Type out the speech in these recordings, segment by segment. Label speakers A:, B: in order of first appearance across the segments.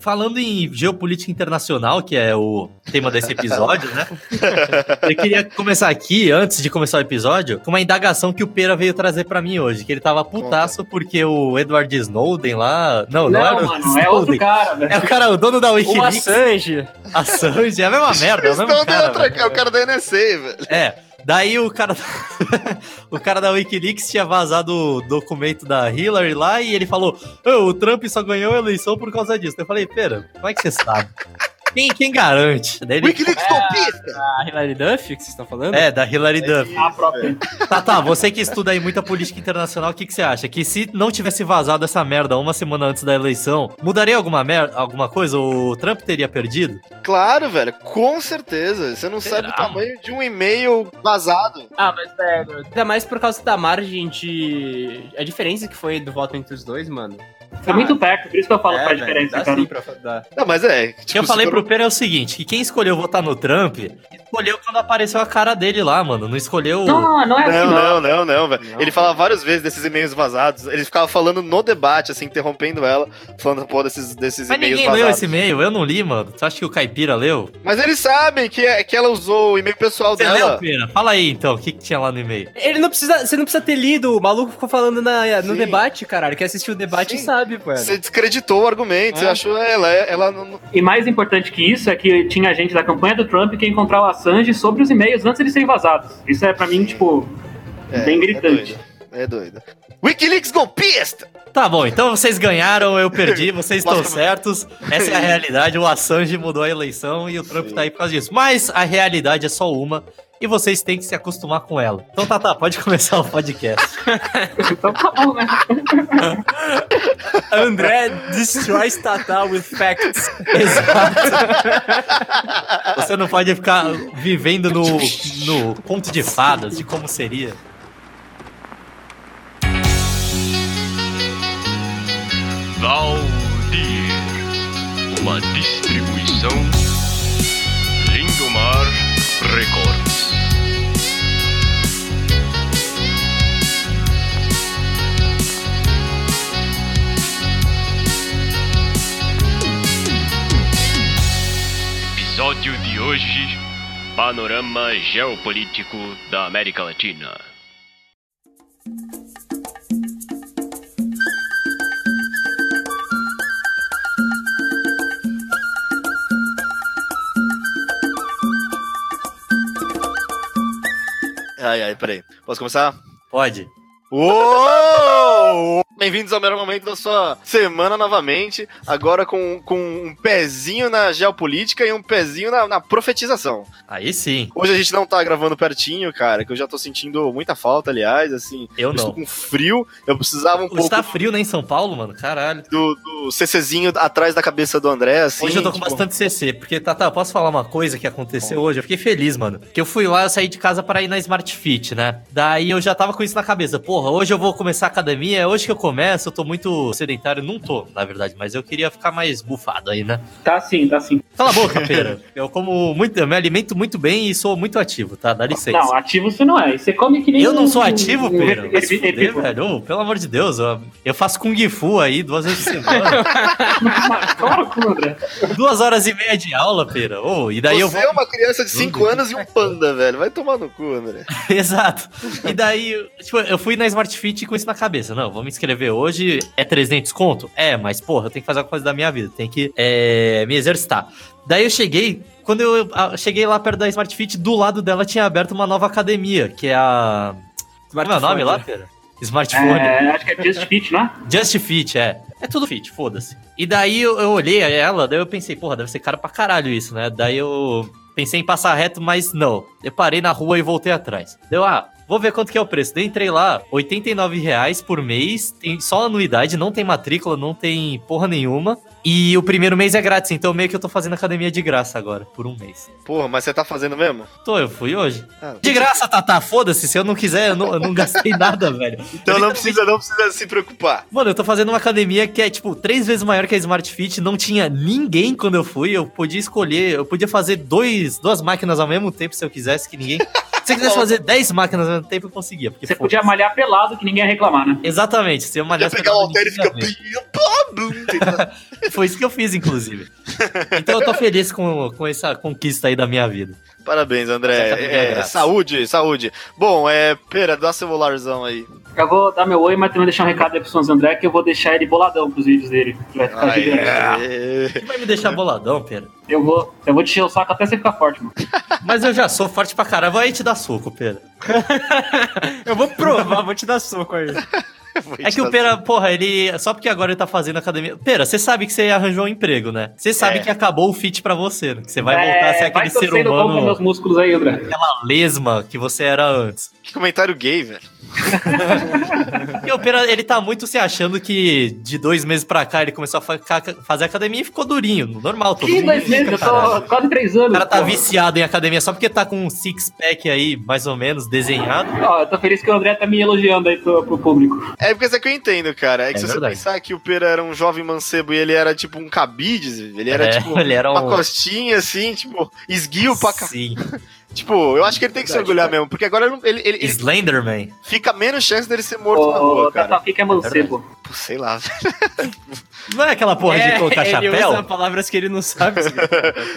A: Falando em geopolítica internacional, que é o tema desse episódio, né? Eu queria começar aqui, antes de começar o episódio, com uma indagação que o Pera veio trazer pra mim hoje, que ele tava putaço porque o Edward Snowden lá... Não, não,
B: Não,
A: era o
B: mano,
A: Snowden.
B: é outro cara, velho.
A: É o cara, o dono da
C: O
A: Wikileaks,
C: Assange.
A: a Sanji, é a mesma merda, é o mesmo
D: Snowden é
A: cara,
D: outra- é o cara da NSA, velho.
A: É. Daí o cara, o cara da Wikileaks tinha vazado o documento da Hillary lá e ele falou: "Ô, o Trump só ganhou a eleição por causa disso. Eu falei: Pera, como é que você sabe? Quem, quem garante? Daí ele,
D: Wikileaks topista!
C: Ah, A Hilary Duff, que vocês estão falando? Ah,
A: é, da Hillary Duff.
B: A própria.
A: Tá, tá, você que estuda aí muita política internacional, o que, que você acha? Que se não tivesse vazado essa merda uma semana antes da eleição, mudaria alguma, mer alguma coisa? O Trump teria perdido?
D: Claro, velho, com certeza. Você não sabe o tamanho de um e-mail vazado.
C: Ah, mas velho, ainda mais por causa da margem de. A diferença que foi do voto entre os dois, mano.
B: Foi muito perto, por isso que eu falo que faz
C: É, velho,
B: diferença,
C: dá
B: cara.
C: sim pra dar.
D: Não, mas é.
A: O que eu falei pro Pera é o seguinte: que quem escolheu votar no Trump, escolheu quando apareceu a cara dele lá, mano. Não escolheu.
B: Não, não é assim,
D: Não, não,
B: não.
D: não, não, velho.
C: Não.
D: Ele falava várias vezes desses e-mails vazados. Ele ficava falando no debate, assim, interrompendo ela, falando, pô, desses, desses
A: Mas
D: e-mails
A: ninguém
D: vazados.
A: leu esse e-mail, eu não li, mano. Tu acha que o Caipira leu?
D: Mas eles sabem que, é, que ela usou o e-mail pessoal
A: Você leu,
D: dela.
A: Pera? Fala aí então, o que, que tinha lá no e-mail?
C: Ele não precisa. Você não precisa ter lido, o maluco ficou falando na- no
D: Sim.
C: debate, caralho. Quem assistiu o debate
D: Sim.
C: sabe, pô.
D: Você descreditou o argumento, você
C: É.
D: achou ela, ela não.
B: E mais importante que isso é que tinha gente da campanha do Trump que encontrou o Assange sobre os e-mails antes de eles serem vazados. Isso é pra mim, tipo,
D: É,
B: bem gritante.
D: É doida. É doida. Wikileaks golpista!
A: Tá bom, então vocês ganharam, eu perdi, vocês estão
D: Mostra-
A: certos. Essa é a realidade. O Assange mudou a eleição e o Trump
D: Sim.
A: tá aí por causa disso. Mas a realidade é só uma e vocês têm que se acostumar com ela. Então, Tata, pode começar o podcast.
B: então tá bom, né?
C: André destroys Tata with facts.
A: Exato. Você não pode ficar vivendo no, no conto de fadas de como seria.
E: Valdir, uma distribuição Lindomar Records. Episódio de hoje: Panorama Geopolítico da América Latina.
D: Ai, ai, peraí. Posso começar?
A: Pode.
D: Uou! Bem-vindos ao melhor momento da sua semana novamente, agora com, com um pezinho na geopolítica e um pezinho na, na profetização.
A: Aí sim,
D: Hoje a gente não tá gravando pertinho, cara, que eu já tô sentindo muita falta, aliás, assim,
A: eu
D: estou
A: não.
D: com frio, eu precisava um pouco
A: Está frio, né, em São Paulo, mano? Caralho.
D: do, do CCzinho atrás da cabeça do André, assim.
A: hoje eu tô com
D: tipo,
A: bastante CC, porque, Tata, eu posso falar uma coisa que aconteceu hoje? Eu fiquei feliz, mano. Que eu fui lá, eu saí de casa pra ir na Smart Fit, né? Daí eu já tava com isso na cabeça. Porra, hoje eu vou começar a academia, é hoje que eu começo, eu tô muito sedentário. Não tô, na verdade, mas eu queria ficar mais bufado aí, né?
B: Tá sim, tá sim.
A: Cala a boca, pera. Eu como muito, eu me alimento muito bem e sou muito ativo, tá? Dá licença.
B: Não, ativo você não é. E Você come que nem.
A: eu não sou
B: um-
A: ativo,
B: um-
A: Pedro. Vai se
B: herbí-
A: fuder,
B: herbívoro.
A: velho. Ô, pelo amor de Deus, eu, eu faço Kung Fu aí duas vezes por semana.
B: Claro, que não, André.
A: duas horas e meia de aula, Pera. Ô, e daí eu
D: Você
A: vou.
D: é uma criança de 5
A: Tudo.
D: anos e um panda, velho. Vai tomar no cu, André.
A: Exato. E daí, tipo, eu fui na Smart Fit com isso na cabeça. Não, vou me inscrever hoje. É 300 conto? É, mas porra, eu tenho que fazer alguma coisa da minha vida. Tem que é, me exercitar. Daí eu cheguei. Quando eu, eu ah, cheguei lá perto da Smart Fit, do lado dela tinha aberto uma nova academia, que é a. Como é o nome lá, Pera? Smartphone.
B: É, acho que é Just Fit, né?
A: Just Fit, é. É tudo fit, foda-se. E daí eu, eu olhei ela, daí eu pensei, porra, deve ser cara pra caralho isso, né? Daí eu pensei em passar reto, mas não. Eu parei na rua e voltei atrás. Deu, ah, vou ver quanto que é o preço. Daí entrei lá, R$ 89 reais por mês, tem só anuidade, não tem matrícula, não tem porra nenhuma. E o primeiro mês é grátis, então meio que eu tô fazendo academia de graça agora, por um mês.
D: Porra, mas você tá fazendo mesmo?
A: Tô, eu fui hoje.
D: Ah,
A: De graça, Tata, foda-se, se eu não quiser, eu não, eu não gastei nada, velho.
D: Então não precisa, não precisa se preocupar.
A: Mano, eu tô fazendo uma academia que é, tipo, três vezes maior que a Smart Fit. Não tinha ninguém quando eu fui. Eu podia escolher, eu podia fazer dois, duas máquinas ao mesmo tempo se eu quisesse, que ninguém Se eu quisesse fazer 10 máquinas ao mesmo tempo, eu conseguia. Porque,
B: Você
A: foda-se.
B: podia malhar pelado que ninguém ia reclamar, né?
A: Exatamente, se eu
D: Ia
A: malhasse...
D: pegar o
A: eu
D: halter e fica.
A: ia ver.
D: blá, blum, tentando-
A: Foi isso que eu fiz, inclusive. Então eu tô feliz com, com essa conquista aí da minha vida.
D: Parabéns, André.
A: Essa é a minha
D: É,
A: graça.
D: saúde, saúde. Bom, é. Pera, dá celularzão aí.
B: Eu vou dar meu oi, mas também deixar um recado aí pro Sons André, que eu vou deixar ele boladão pros vídeos dele. que Vai ficar
D: Aí,
B: gigante.
D: é.
A: Que vai me deixar boladão, Pera.
B: Eu vou, eu vou te encher o saco até você ficar forte, mano.
A: Mas eu já sou forte pra caralho, vai te dar soco, Pera.
C: Eu vou provar, vou te dar soco aí.
A: É que o Pera, porra, ele. Só porque agora ele tá fazendo academia. Pera, você sabe que você arranjou um emprego, né? Você sabe
D: É.
A: que acabou o fit pra você, né? Que você vai voltar a ser
B: É, vai
A: aquele ser
B: torcendo contra
A: humano,
B: meus músculos aí, André.
A: aquela lesma que você era antes.
D: Que comentário gay, velho.
A: Porque o Pera, ele tá muito se achando que de dois meses pra cá ele começou a fa- ca- fazer academia e ficou durinho. Normal, todo
B: Que
A: mundo
B: dois
A: fica,
B: meses, eu
A: caralho.
B: tô quase três anos.
A: O cara tá
B: porra.
A: viciado em academia só porque tá com um six-pack aí, mais ou menos, desenhado.
B: Ó, eu tô feliz que o André tá me elogiando aí pro, pro público.
D: É porque isso é que eu entendo, cara. É que
A: É
D: se
A: verdade.
D: você pensar que o Pera era um jovem mancebo e ele era tipo um cabides, ele era
A: É,
D: tipo
A: ele era
D: uma
A: um-
D: costinha assim, tipo, esguio pra cá.
A: Sim.
D: Tipo, eu acho que ele tem que se
C: Verdade,
D: orgulhar mesmo, porque agora ele- ele, ele- ele
A: Slenderman.
D: fica menos chance dele ser morto na
B: Ô,
D: rua, cara.
B: Tata, o que que é mancebo?
D: Pô, sei lá.
A: Não é aquela porra de colocar
C: Ele usa
A: chapéu?
C: palavras que ele não sabe.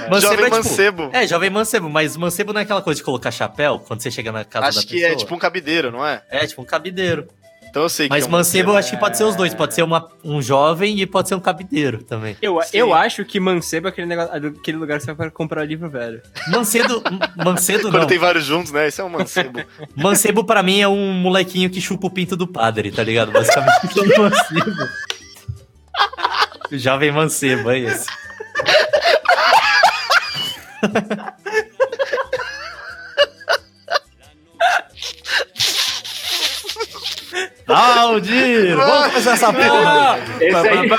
A: Mancebo
D: jovem
A: é tipo-
D: mancebo.
A: É, jovem mancebo, mas mancebo não é aquela coisa de colocar chapéu quando você chega na casa da
D: acho que
A: pessoa.
D: é tipo um cabideiro, não é?
A: É, tipo um cabideiro.
D: Então eu sei que
A: Mas
D: é um
A: mancebo eu acho que pode ser os dois. Pode ser uma- um jovem e pode ser um cabideiro também.
C: Eu,
D: Sim.
C: eu acho que mancebo é aquele, negócio, aquele lugar que você vai pra comprar livro velho.
A: Mancedo, mancedo
D: Quando
A: não.
D: tem vários juntos, né? Isso é um mancebo.
A: Mancebo pra mim é um molequinho que chupa o pinto do padre, tá ligado? Basicamente isso é um mancebo. Jovem mancebo, é esse. Aldir! Vamos fazer essa porra!
C: Ah,
B: Esse aí.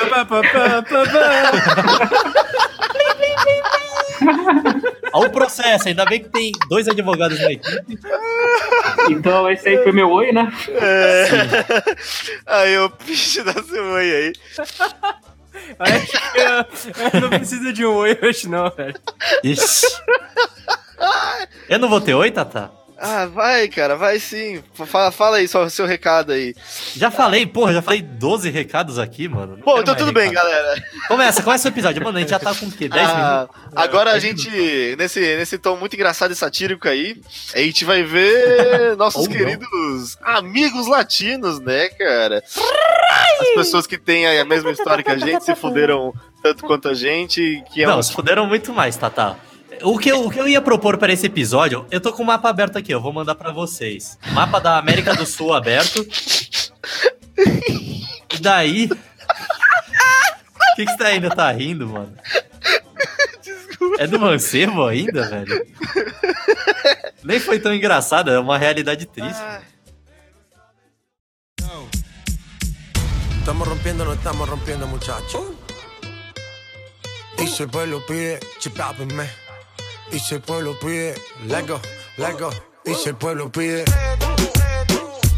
A: Olha o processo, ainda bem que tem dois advogados na equipe.
B: Então esse aí foi meu oi, né?
D: é... aí o bicho da semana aí.
C: Acho que eu, eu É, não preciso de um oi hoje, não, velho.
A: Ixi. Eu não vou ter oi, Tata?
D: Ah, vai, cara, vai sim. Fala, fala aí só o seu recado aí.
A: Já falei, porra, já falei 12 recados aqui, mano. Não
D: Bom,
A: quero
D: então
A: mais
D: tudo bem,
A: recado.
D: galera.
A: Começa, começa o episódio. Mano, a gente já tá com o quê? 10 minutos?
D: Ah, agora a gente, nesse, nesse tom muito engraçado e satírico aí, a gente vai ver nossos
A: Ou não.
D: queridos amigos latinos, né, cara? As pessoas que têm a mesma história que a gente se fuderam tanto quanto a gente, que é
A: Não,
D: um-
A: se fuderam muito mais, Tata. O que, eu, o que eu ia propor para esse episódio, eu tô com o mapa aberto aqui, eu vou mandar para vocês. Mapa da América do Sul aberto. E daí. O que, que você tá ainda tá rindo, mano? É do Mancebo ainda, velho? Nem foi tão engraçado, é uma realidade triste.
D: Ah,
F: Estamos rompiendo, no estamos rompiendo, muchachos. Y si el pueblo pide, chipápenme. Y si el pueblo pide, lego, lego. Y si el pueblo pide,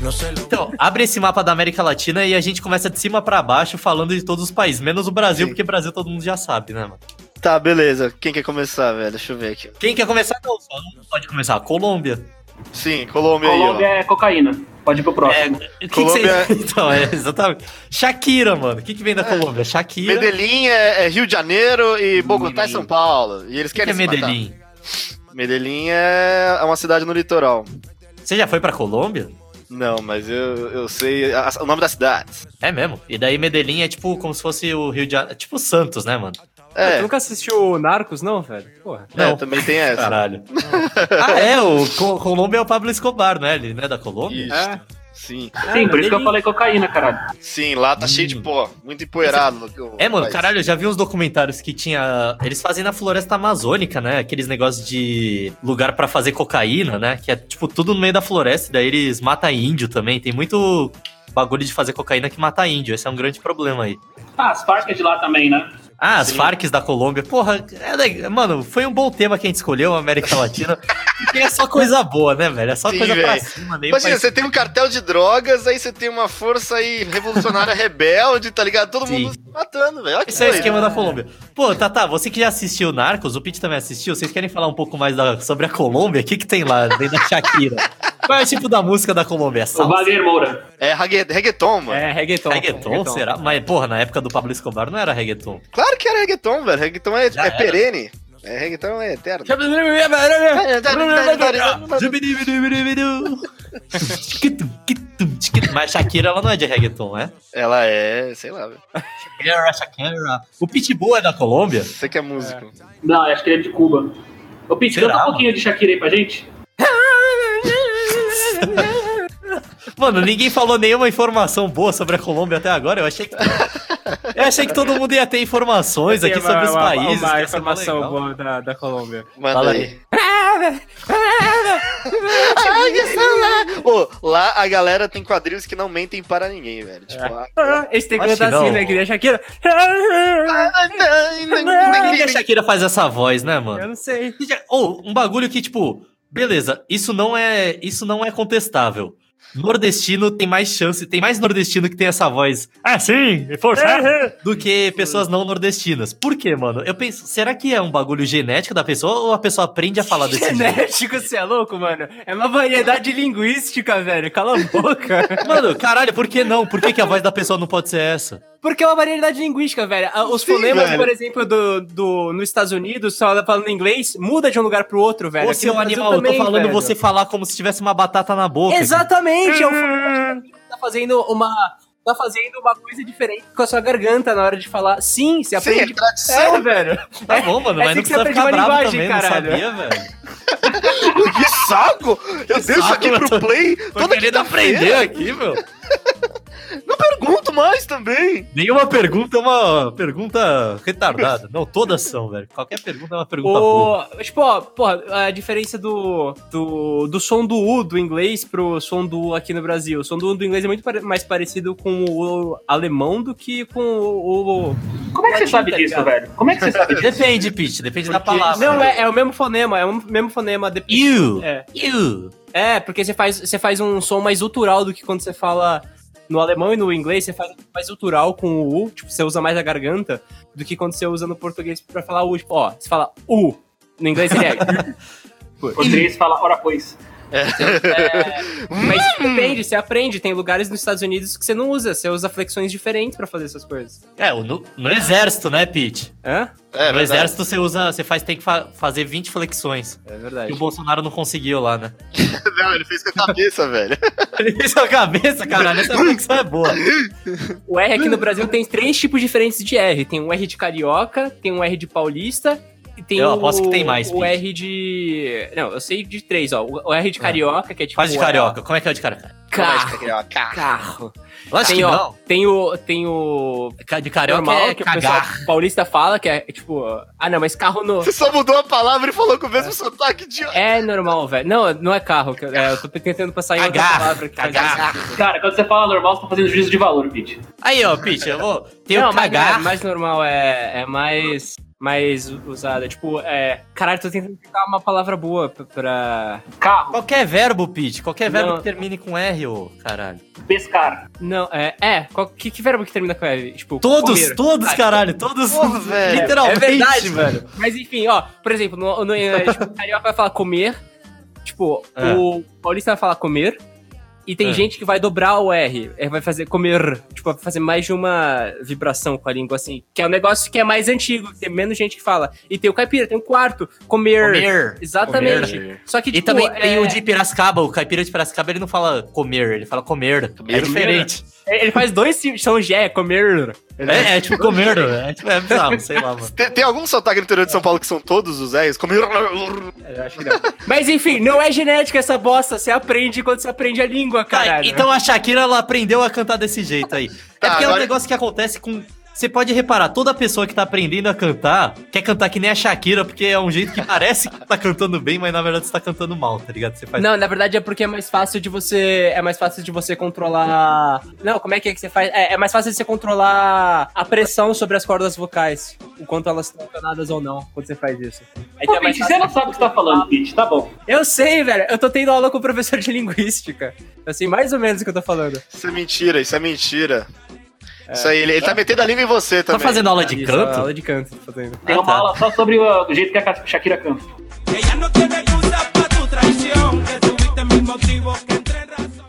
F: no se lo.
A: Então, abre esse mapa da América Latina e a gente começa de cima para baixo falando de todos os países, menos o Brasil,
D: Sim.
A: porque Brasil todo mundo já sabe, né, mano?
D: tá, beleza. Quem quer começar, velho? Deixa eu ver aqui.
A: Quem quer começar? Não, só não pode começar. Colômbia.
D: Sim, Colômbia,
B: Colômbia
D: aí,
B: é cocaína. Pode ir pro
A: É,
B: próximo.
A: o que
D: Colômbia-
A: que você... Então, é, exatamente. Shakira, mano. O que, que vem da Colômbia?
D: ó.
A: Shakira.
D: Medellín é, é Rio de Janeiro e Bogotá é São Paulo. E eles
A: O que, que
D: querem
A: é
D: se matar.
A: Medellín?
D: Medellín é é uma cidade no litoral.
A: Você já foi pra Colômbia?
D: Não, mas eu, eu sei a- o nome da cidade.
A: É mesmo. E daí Medellín é tipo como se fosse o Rio de Janeiro. Tipo Santos, né, mano?
D: É,
C: Tu nunca assistiu Narcos, não, velho? Porra.
D: é,
A: não.
D: também tem essa.
A: Caralho. ah, é. O Co- Colômbia é o Pablo Escobar, né? Ele não é da Colômbia?
D: Isso.
C: É.
D: Sim.
B: Sim, por isso que eu
C: Medellín.
B: falei cocaína, caralho.
D: Sim, lá tá cheio de pó. Muito empoeirado. o-
A: Hum. É, mano,
D: mas-
A: caralho, eu já vi uns documentários que tinha. Eles fazem na floresta amazônica, né? Aqueles negócios de lugar pra fazer cocaína, né? Que é tipo tudo no meio da floresta, e daí eles matam índio também. Tem muito bagulho de fazer cocaína que mata índio. Esse é um grande problema aí.
B: Ah, as parques de lá também, né?
A: Ah, as Farcs da Colômbia. Porra, é legal. mano, foi um bom tema que a gente escolheu, América Latina. Porque é só coisa boa, né, velho? É só
D: Sim,
A: coisa pra
D: velho.
A: cima, nem
D: Imagina,
A: pra-
D: você tem um cartel de drogas, aí você tem uma força aí revolucionária rebelde, tá ligado? Todo
A: Sim.
D: mundo se matando, velho. Olha que
A: Esse é o
D: doido.
A: esquema da Colômbia. Pô, Tata, você que já assistiu Narcos, o Pete também assistiu, vocês querem falar um pouco mais da- sobre a Colômbia? O que, que tem lá dentro da Shakira? Qual é o tipo da música da Colômbia? É
B: O
A: salsa?
B: Wagner Moura.
D: É regga- reggaeton, mano.
C: É, reggaeton.
A: Reggaeton, será? Mas, porra, na época do Pablo Escobar não era reggaeton.
D: Claro que era reggaeton, velho. Reggaeton é,
A: Já
D: é
A: era.
D: perene. É, reggaeton é eterno.
A: Mas Shakira, ela não é de reggaeton, é?
D: Ela é, sei lá, velho.
A: Shakira, Shakira. O Pitbull é da Colômbia?
D: Você que é músico.
B: Não, acho que ele é de Cuba. Ô, Pete,
A: Será,
B: canta um
A: mano?
B: pouquinho de Shakira aí pra gente.
A: Mano, ninguém falou nenhuma informação boa sobre a Colômbia até agora. Eu achei que, eu achei que todo mundo ia ter informações aqui
C: Tem
A: sobre os
C: uma- uma-
A: países. que
C: Uma
A: ia ser mó
C: informação
A: legal.
C: boa da, da Colômbia.
D: Manda
A: Fala
D: aí.
A: aí.
D: Ô, lá a galera tem quadrilhos que não mentem para ninguém, velho. Tipo, a-
C: Esse tem que
A: Acho
C: cantar
A: que não.
C: assim, né? Que Ah, nem a Shakira.
D: ah, é
A: Por que que a Shakira faz essa voz, né, mano?
C: Eu não sei.
A: Ou um bagulho que, tipo, beleza, isso não é. Isso não é contestável. Nordestino tem mais chance, tem mais nordestino que tem essa voz. Ah, sim, força! Do que pessoas não nordestinas. Por quê, mano? Eu penso, será que é um bagulho genético da pessoa ou a pessoa aprende a falar desse jeito?
C: Genético, você é louco, mano? É uma variedade linguística, velho. Cala a boca.
A: Mano, caralho, por que não? Por que, que a voz da pessoa não pode ser essa?
C: Porque é uma variedade linguística, velho. Ah, Os
D: Sim,
C: fonemas,
D: velho.
C: por exemplo, do, do, nos Estados Unidos, só ela falando inglês, muda de um lugar pro outro, velho.
A: Ô,
C: Aqui
A: seu
C: no Brasil
A: é um animal, eu tô
C: também,
A: falando
C: velho.
A: você falar como se tivesse uma batata na boca.
C: Exatamente! É o
D: Hum.
C: fato de que tá fazendo uma. Tá fazendo uma coisa diferente com a sua garganta na hora de falar. Sim, você
D: Sim,
C: aprende.
D: é tradição.
C: É, velho.
A: Tá bom, mano,
C: É
A: mas
C: assim
A: não
C: que você
A: precisa
C: aprende
A: ficar
C: uma
A: bravo
C: linguagem,
A: também,
C: caralho.
A: não sabia, velho.
D: Que saco! Eu deixo
A: saco,
D: aqui
A: eu
D: pro
A: tô-
D: play.
A: Tô
D: Toda
A: querendo aprender
D: quinta-feira.
A: aqui, meu.
D: Não pergunto mais também.
A: Nenhuma pergunta é uma pergunta retardada. Não, todas são, velho. Qualquer pergunta é uma pergunta boa.
C: O, tipo, ó, porra, a diferença do, do, do som do U do inglês pro som do U aqui no Brasil. O som do U do inglês é muito pare- mais parecido com o alemão do que com o. o-
B: Como é que você
C: Latim,
B: sabe
C: tá
B: disso,
C: ligado?
B: velho? Como é que você sabe disso?
A: Depende, Pete, depende da palavra.
C: Não, é, é o mesmo fonema, é o mesmo fonema. de-
A: You,
C: É.
A: you.
C: é, porque você faz, você faz um som mais gutural do que quando você fala no alemão e no inglês, você faz um som mais gutural com o U, tipo, você usa mais a garganta do que quando você usa no português pra falar U. Tipo, ó, você fala U. No inglês ele é
B: O Três fala, ora pois.
C: Mas depende, você aprende. Tem lugares nos Estados Unidos que você não usa. Você usa flexões diferentes pra fazer essas coisas.
A: É, o no, no exército, né, Pete?
C: Hã?
D: É,
A: no
D: verdade.
A: exército você usa, você faz, tem que fa- fazer 20 flexões.
C: É
A: Que o
C: verdade.
A: Bolsonaro não conseguiu lá, né?
D: Não, ele fez com a cabeça, velho.
A: Ele fez a cabeça, caralho. Essa flexão é boa.
C: O R
A: Hum.
C: aqui no Brasil tem três tipos diferentes de R. Tem um R de carioca, tem um R de paulista e tem
A: Eu
C: o-
A: aposto que tem mais,
C: o
A: Pete.
C: R de... Não, eu sei de três, ó. O o R de carioca, que é tipo...
A: Ah. Faz de
C: o R-
A: carioca. Como é que é o de carioca?
C: Carro.
D: Carro.
C: Carro.
A: Lógico que
C: Tem, ó,
A: não.
C: tem o... Tem o...
A: Ca- De carioca
C: normal,
A: é
C: que o pessoal
A: cagar.
C: paulista fala, que é tipo... Ah, não, mas carro no...
D: Você só mudou a palavra e falou com o mesmo sotaque de.
C: É normal, velho. Não, não é carro. que- é, eu tô tentando passar em outra
A: Cagar.
C: palavra. é que faz
A: Cagar.
C: mais-
B: Cara, quando você fala normal, você tá fazendo juízo de valor, Pete.
A: Aí, ó, Pete, eu vou... Tem
C: não,
A: o cagar.
C: Mas, mais normal, é, é mais, mais usada. Tipo, é. Caralho, tô tentando pegar uma palavra boa pra- pra.
B: Carro,
A: Qualquer verbo, Pete. Qualquer verbo
C: Não.
A: que termine com R, ô, caralho.
B: pescar.
C: Não, é. É, qual, que, que verbo que termina com F? Tipo,
A: Todos,
C: comer.
A: todos, caralho, todos.
D: Porra, velho.
C: É
A: Literalmente.
C: verdade, velho. Mas enfim, ó, por exemplo, no, no, é, tipo, o carioca vai falar comer. Tipo,
A: É.
C: o paulista vai falar comer. E tem
A: É.
C: gente que vai dobrar o R. é, Vai fazer comer. Tipo, vai fazer mais de uma vibração com a língua, assim. Que é um negócio que é mais antigo, que tem menos gente que fala. E tem o caipira, tem o quarto. Comer.
A: Comer.
C: Exatamente.
A: Comer.
C: Só que,
A: E
C: tipo,
A: também
C: é,
A: tem o de Piracicaba, o caipira de Piracicaba, ele não fala comer, ele fala comer. É diferente.
C: é, ele faz dois são G, é comer. né?
A: É, é tipo comer, é tipo, é bizarro, sei lá, mano.
D: Tem, tem algum sotaque no interior de São Paulo que são todos os Zéios? Como...
C: Mas enfim, não é genética essa bosta. Você aprende quando você aprende a língua,
A: Tá,
C: caralho.
A: então a Shakira, ela aprendeu a cantar desse jeito aí. é porque é um
D: Tá, agora-
A: negócio que acontece com Você pode reparar, toda pessoa que tá aprendendo a cantar quer cantar que nem a Shakira, porque é um jeito que parece que tá cantando bem, mas na verdade você tá cantando mal, tá ligado? Você faz.
C: Não, na verdade é porque é mais fácil de você. É mais fácil de você controlar. Não, como é que é que você faz? É, é mais fácil de você controlar a pressão sobre as cordas vocais. O quanto elas estão canadas ou não, quando você faz isso. Aí
B: Pô,
C: é mais
B: Pete, você
C: fácil-
B: não sabe o que você tá falando, Pete. Tá bom.
C: Eu sei, velho. Eu tô tendo aula com o professor de linguística. Eu sei mais ou menos o que eu tô falando.
D: Isso é mentira, isso é mentira. Isso aí, ele, ele tá metendo a língua em você
A: É. Tá
D: também.
A: fazendo aula de
C: Isso,
A: canto?
C: Aula de canto, tô fazendo.
B: Tem
A: Ah,
B: uma
A: tá.
B: aula só sobre o, o jeito que a Shakira canta.
G: Ella no tiene excusa para tu traición, que tuviste mis motivos que entre en razón.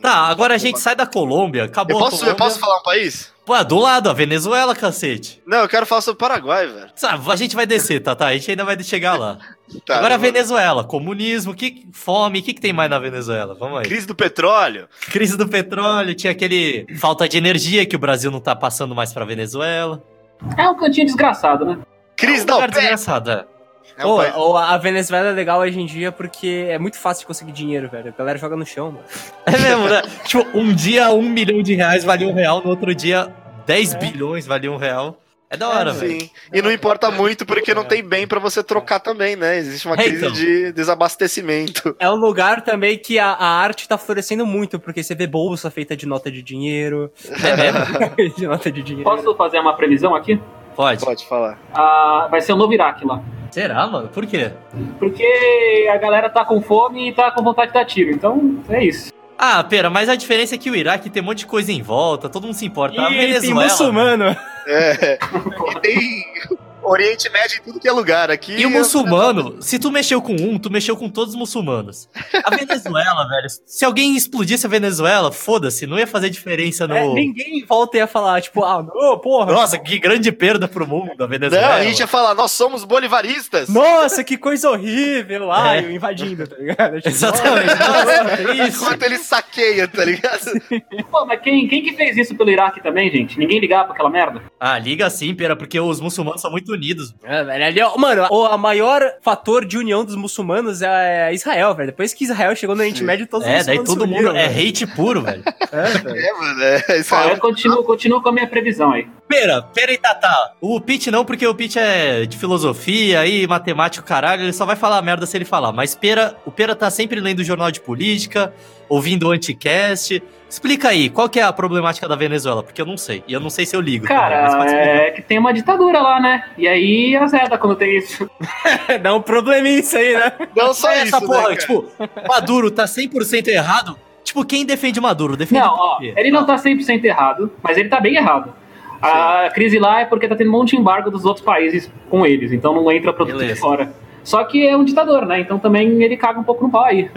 A: Tá, agora a gente sai da Colômbia, acabou
D: Eu
A: a
D: posso,
A: Colômbia.
D: eu posso falar um país?
A: Pô, é do lado, a Venezuela, cacete.
D: Não, eu quero falar sobre o Paraguai, velho.
A: Sabe, a gente vai descer, tá, tá? A gente ainda vai chegar lá.
D: Tá,
A: agora a
D: eu vou-
A: Venezuela, comunismo, que fome, o que, que tem mais na Venezuela? Vamos aí.
D: Crise do petróleo.
A: Crise do petróleo, tinha aquele falta de energia que o Brasil não tá passando mais pra Venezuela. É um
B: É um cantinho desgraçado, né?
D: Crise da
A: Lugar
D: OPEP.
A: desgraçado, é.
D: É um
C: Ou,
D: país-
C: ou a Venezuela é legal hoje em dia porque é muito fácil de conseguir dinheiro, velho. A galera joga no chão, mano.
A: É mesmo, né? tipo, um dia um milhão de reais valia um real, no outro dia 10 bilhões valia um real. É da hora, velho.
D: Sim. E não importa muito porque não tem bem pra você trocar também, né? Existe uma
A: É,
D: crise
A: então.
D: de desabastecimento.
C: É um lugar também que a, a arte tá florescendo muito, porque você vê bolsa feita de nota de dinheiro.
A: É mesmo?
C: de nota de dinheiro.
B: Posso fazer uma previsão aqui?
A: Pode.
D: Pode falar.
B: Ah, vai ser o novo Iraque lá.
A: Será, mano? Por quê?
B: Porque a galera tá com fome e tá com vontade de dar tiro. Então, é isso.
A: Ah, pera, mas a diferença é que o Iraque tem um monte de coisa em volta, todo mundo se importa. a
C: Ih, tem
A: Venezuela.
C: muçulmano.
D: É. E tem Oriente Médio em tudo que é lugar aqui.
A: E o muçulmano, se tu mexeu com um, tu mexeu com todos os muçulmanos. A Venezuela, velho, se alguém explodisse a Venezuela, foda-se, não ia fazer diferença no.
C: É, ninguém em volta ia falar, tipo, ah, não, porra.
A: Nossa, que grande perda pro mundo a
D: Não,
A: Venezuela.
D: a gente ia falar, nós somos bolivaristas.
C: Nossa, que coisa horrível. Ai,
A: É.
C: invadindo, tá ligado? Tipo,
A: Exatamente. Nossa, triste.
D: Enquanto ele saqueia, tá ligado?
B: Pô, mas quem, quem que fez isso pelo Iraque também, gente? Ninguém ligava pra aquela merda?
A: Ah, liga sim, pera, porque os muçulmanos são muito unidos.
C: É, velho, ali, ó, mano, o a maior fator de união dos muçulmanos é Israel, velho. Depois que Israel chegou no Oriente Médio, todos
A: É,
C: os
A: daí
C: muçulmanos
A: todo
C: né? se
A: mundo
C: uniram,
A: é
C: velho.
A: hate puro, velho.
C: É, velho.
D: É, mano. É, isso
B: Ó,
D: é-
B: eu continuo, continuo com a minha previsão aí.
A: Pera, pera aí, Tatá. O Pete não, porque o Pete é de filosofia e matemática, caralho. Ele só vai falar merda se ele falar. Mas pera, o Pera tá sempre lendo o jornal de política, ouvindo o anticast. Explica aí, qual que é a problemática da Venezuela? Porque eu não sei. E eu não sei se eu ligo. também, mas
B: Cara,
A: pode explicar.
B: é que tem uma ditadura lá, né? E aí azeda quando tem isso.
C: Dá um probleminha isso aí, né?
D: Não só
A: É
D: isso,
A: essa porra,
D: né, cara?
A: tipo, Maduro tá 100% errado. Tipo, quem defende Maduro? Defende
B: Não,
A: o
B: ó,
A: quê?
B: ele não tá 100% errado, mas ele tá bem errado. A crise lá é porque tá tendo um monte de embargo dos outros países com eles, então não entra produto de
A: Beleza.
B: fora. Só que é um ditador, né? Então também ele caga um pouco no pau aí.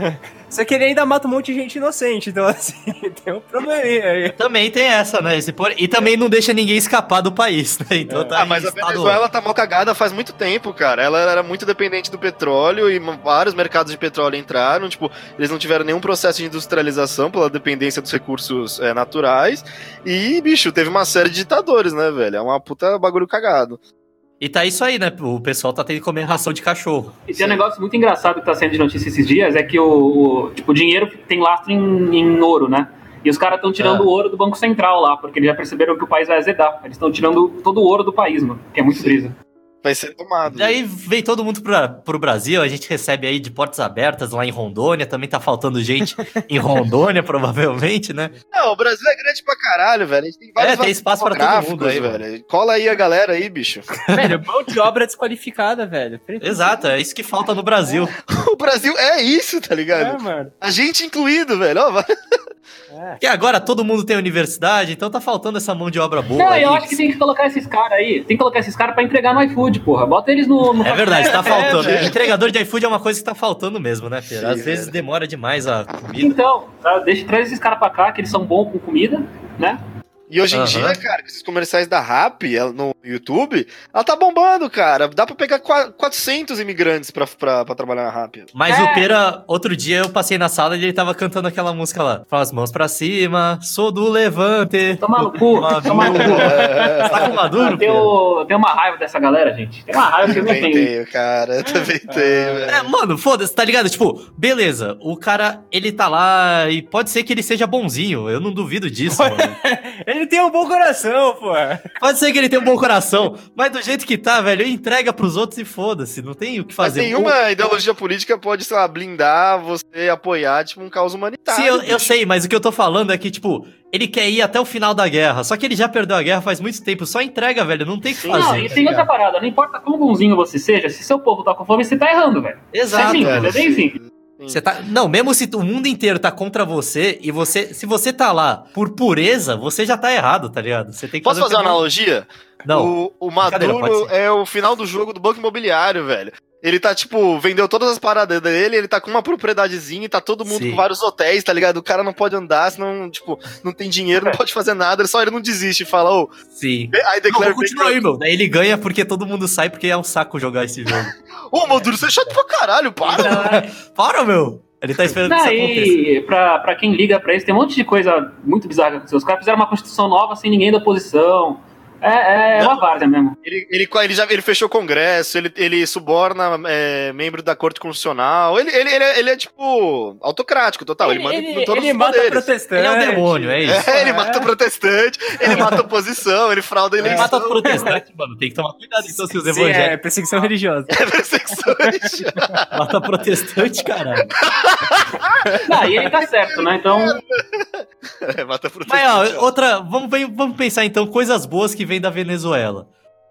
C: Só que ele ainda mata um monte de gente inocente, então assim, tem um probleminha aí.
A: Também tem essa, né? Esse por- E também não deixa ninguém escapar do país, né? Então tá
D: Ah,
A: em
D: mas a
A: estado-
D: Venezuela tá mal cagada faz muito tempo, cara. Ela era muito dependente do petróleo e vários mercados de petróleo entraram. Tipo, eles não tiveram nenhum processo de industrialização pela dependência dos recursos eh, naturais. E, bicho, teve uma série de ditadores, né, velho? É uma puta bagulho cagado.
A: E tá isso aí, né? O pessoal tá tendo que comer ração de cachorro.
B: E tem um negócio muito engraçado que tá sendo de notícia esses dias, é que o, o- tipo, o dinheiro tem lastro em, em ouro, né? E os caras estão tirando
A: Ah.
B: o ouro do Banco Central lá, porque eles já perceberam que o país vai azedar. Eles estão tirando todo o ouro do país, mano, que é muito brisa.
D: Vai ser tomado.
A: Daí vem todo mundo pra, pro Brasil, a gente recebe aí de portas abertas lá em Rondônia, também tá faltando gente em Rondônia, provavelmente, né?
D: Não, o Brasil é grande pra caralho, velho. A gente tem vários
A: É, tem espaço pra todo
D: gráficos
A: mundo aí,
D: Cola aí a galera aí, bicho.
C: velho, mão de obra desqualificada, velho.
A: Exato, é isso que falta no Brasil.
D: O Brasil é isso, tá
C: É,
D: ligado?
C: mano.
D: A gente incluído, velho. Ó, vai-
A: Porque agora todo mundo tem universidade, então tá faltando essa mão de obra boa.
B: Não,
A: aí.
B: eu acho que tem que colocar esses caras aí. Tem que colocar esses caras pra entregar no iFood, porra. Bota eles no. no
A: É verdade, tá faltando.
D: velho.
A: Entregador de iFood é uma coisa que tá faltando mesmo, né, Pera? Às
D: Sim, é.
A: vezes
D: velho.
A: demora demais a comida.
B: Então, tá? deixa traz esses caras pra cá, que eles são bons com comida, né?
D: E hoje em
A: Aham.
D: dia, cara, com esses comerciais da RAP ela- no YouTube, ela tá bombando, cara. Dá pra pegar qua- 400 imigrantes pra, pra, pra trabalhar na RAP.
A: Mas
B: É.
A: o Pera, outro dia eu passei na sala e ele tava cantando aquela música lá. Fala as mãos pra cima, sou do Levante.
B: Toma no cu, toma no cu. Ah,
A: Você tá com Maduro,
B: Eu
A: Pera?
B: tenho, eu tenho uma raiva dessa galera, gente. Ah, Tem uma raiva que eu
D: Eu
B: não
D: também
B: tenho. Ah.
D: tenho, cara. Eu também tenho, velho.
A: É, mano, foda-se, tá ligado? Tipo, beleza, o cara, ele tá lá e pode ser que ele seja bonzinho, eu não duvido disso, mano.
C: Ele tem um bom coração, pô.
A: Pode ser que ele tenha um bom coração, mas do jeito que tá, velho, ele entrega pros outros e foda-se, não tem o que
D: Mas
A: fazer. um-
D: nenhuma ideologia política pode, sei lá, blindar você, apoiar, tipo, um caos humanitário.
A: Sim, eu, eu
D: bicho.
A: sei, mas o que eu tô falando é que, tipo, ele quer ir até o final da guerra. Só que ele já perdeu a guerra faz muito tempo. Só entrega, velho. Não tem o que
D: Sim.
B: Não,
A: fazer.
B: e tem outra parada. Não importa quão bonzinho você seja, se seu povo tá com fome, você tá errando, velho.
A: Exato.
B: Sim,
D: Cara,
B: mas é
D: sim.
B: enfim.
A: Você tá... Não, mesmo se o mundo inteiro tá contra você, e você. Se você tá lá por pureza, você já tá errado, tá ligado? Você tem que
D: Posso fazer
A: o
D: uma
A: que- é
D: analogia?
A: Não.
D: O, o
A: Brincadeira,
D: Maduro
A: pode
D: é o final do jogo do Banco Imobiliário, velho. Ele tá, tipo, vendeu todas as paradas dele, ele tá com uma propriedadezinha e tá todo mundo
A: Sim.
D: com vários hotéis, tá ligado? O cara não pode andar, senão, tipo, não tem dinheiro,
A: É.
D: não pode fazer nada, só ele não desiste e fala, ô,
A: Sim.
D: aí
A: Não,
D: declara
A: vou continuar aí, meu. Daí ele ganha porque todo mundo sai porque é um saco jogar esse jogo.
D: Ô, Maduro, você é chato pra caralho, para!
A: Para, meu! Ele tá esperando que isso aconteça.
B: Daí, pra, pra quem liga pra isso, tem um monte de coisa muito bizarra que aconteceu. Os caras fizeram uma constituição nova sem ninguém da oposição. É, é uma várzea mesmo.
D: Ele, ele, ele já ele fechou o Congresso, ele, ele suborna é, membro da Corte Constitucional, ele, ele, ele, é, ele é, tipo, autocrático total, ele, manda em todos
C: ele
D: os
C: mata
D: poderes.
C: protestante.
A: Ele é o demônio, é isso.
D: É, ele mata protestante, ele mata oposição, ele frauda a
A: Ele
D: eleição.
A: mata protestante, mano. Tem que tomar cuidado então se os
C: Sim,
A: evangélicos.
C: é perseguição religiosa.
D: Perseguições.
A: Mata tá protestante, caralho.
B: Não, e ele tá certo, né? Então,
D: É, mata por
A: Mas, ó,
D: tudo.
A: outra. Vamos, ver- vamos pensar então, coisas boas que vêm da Venezuela.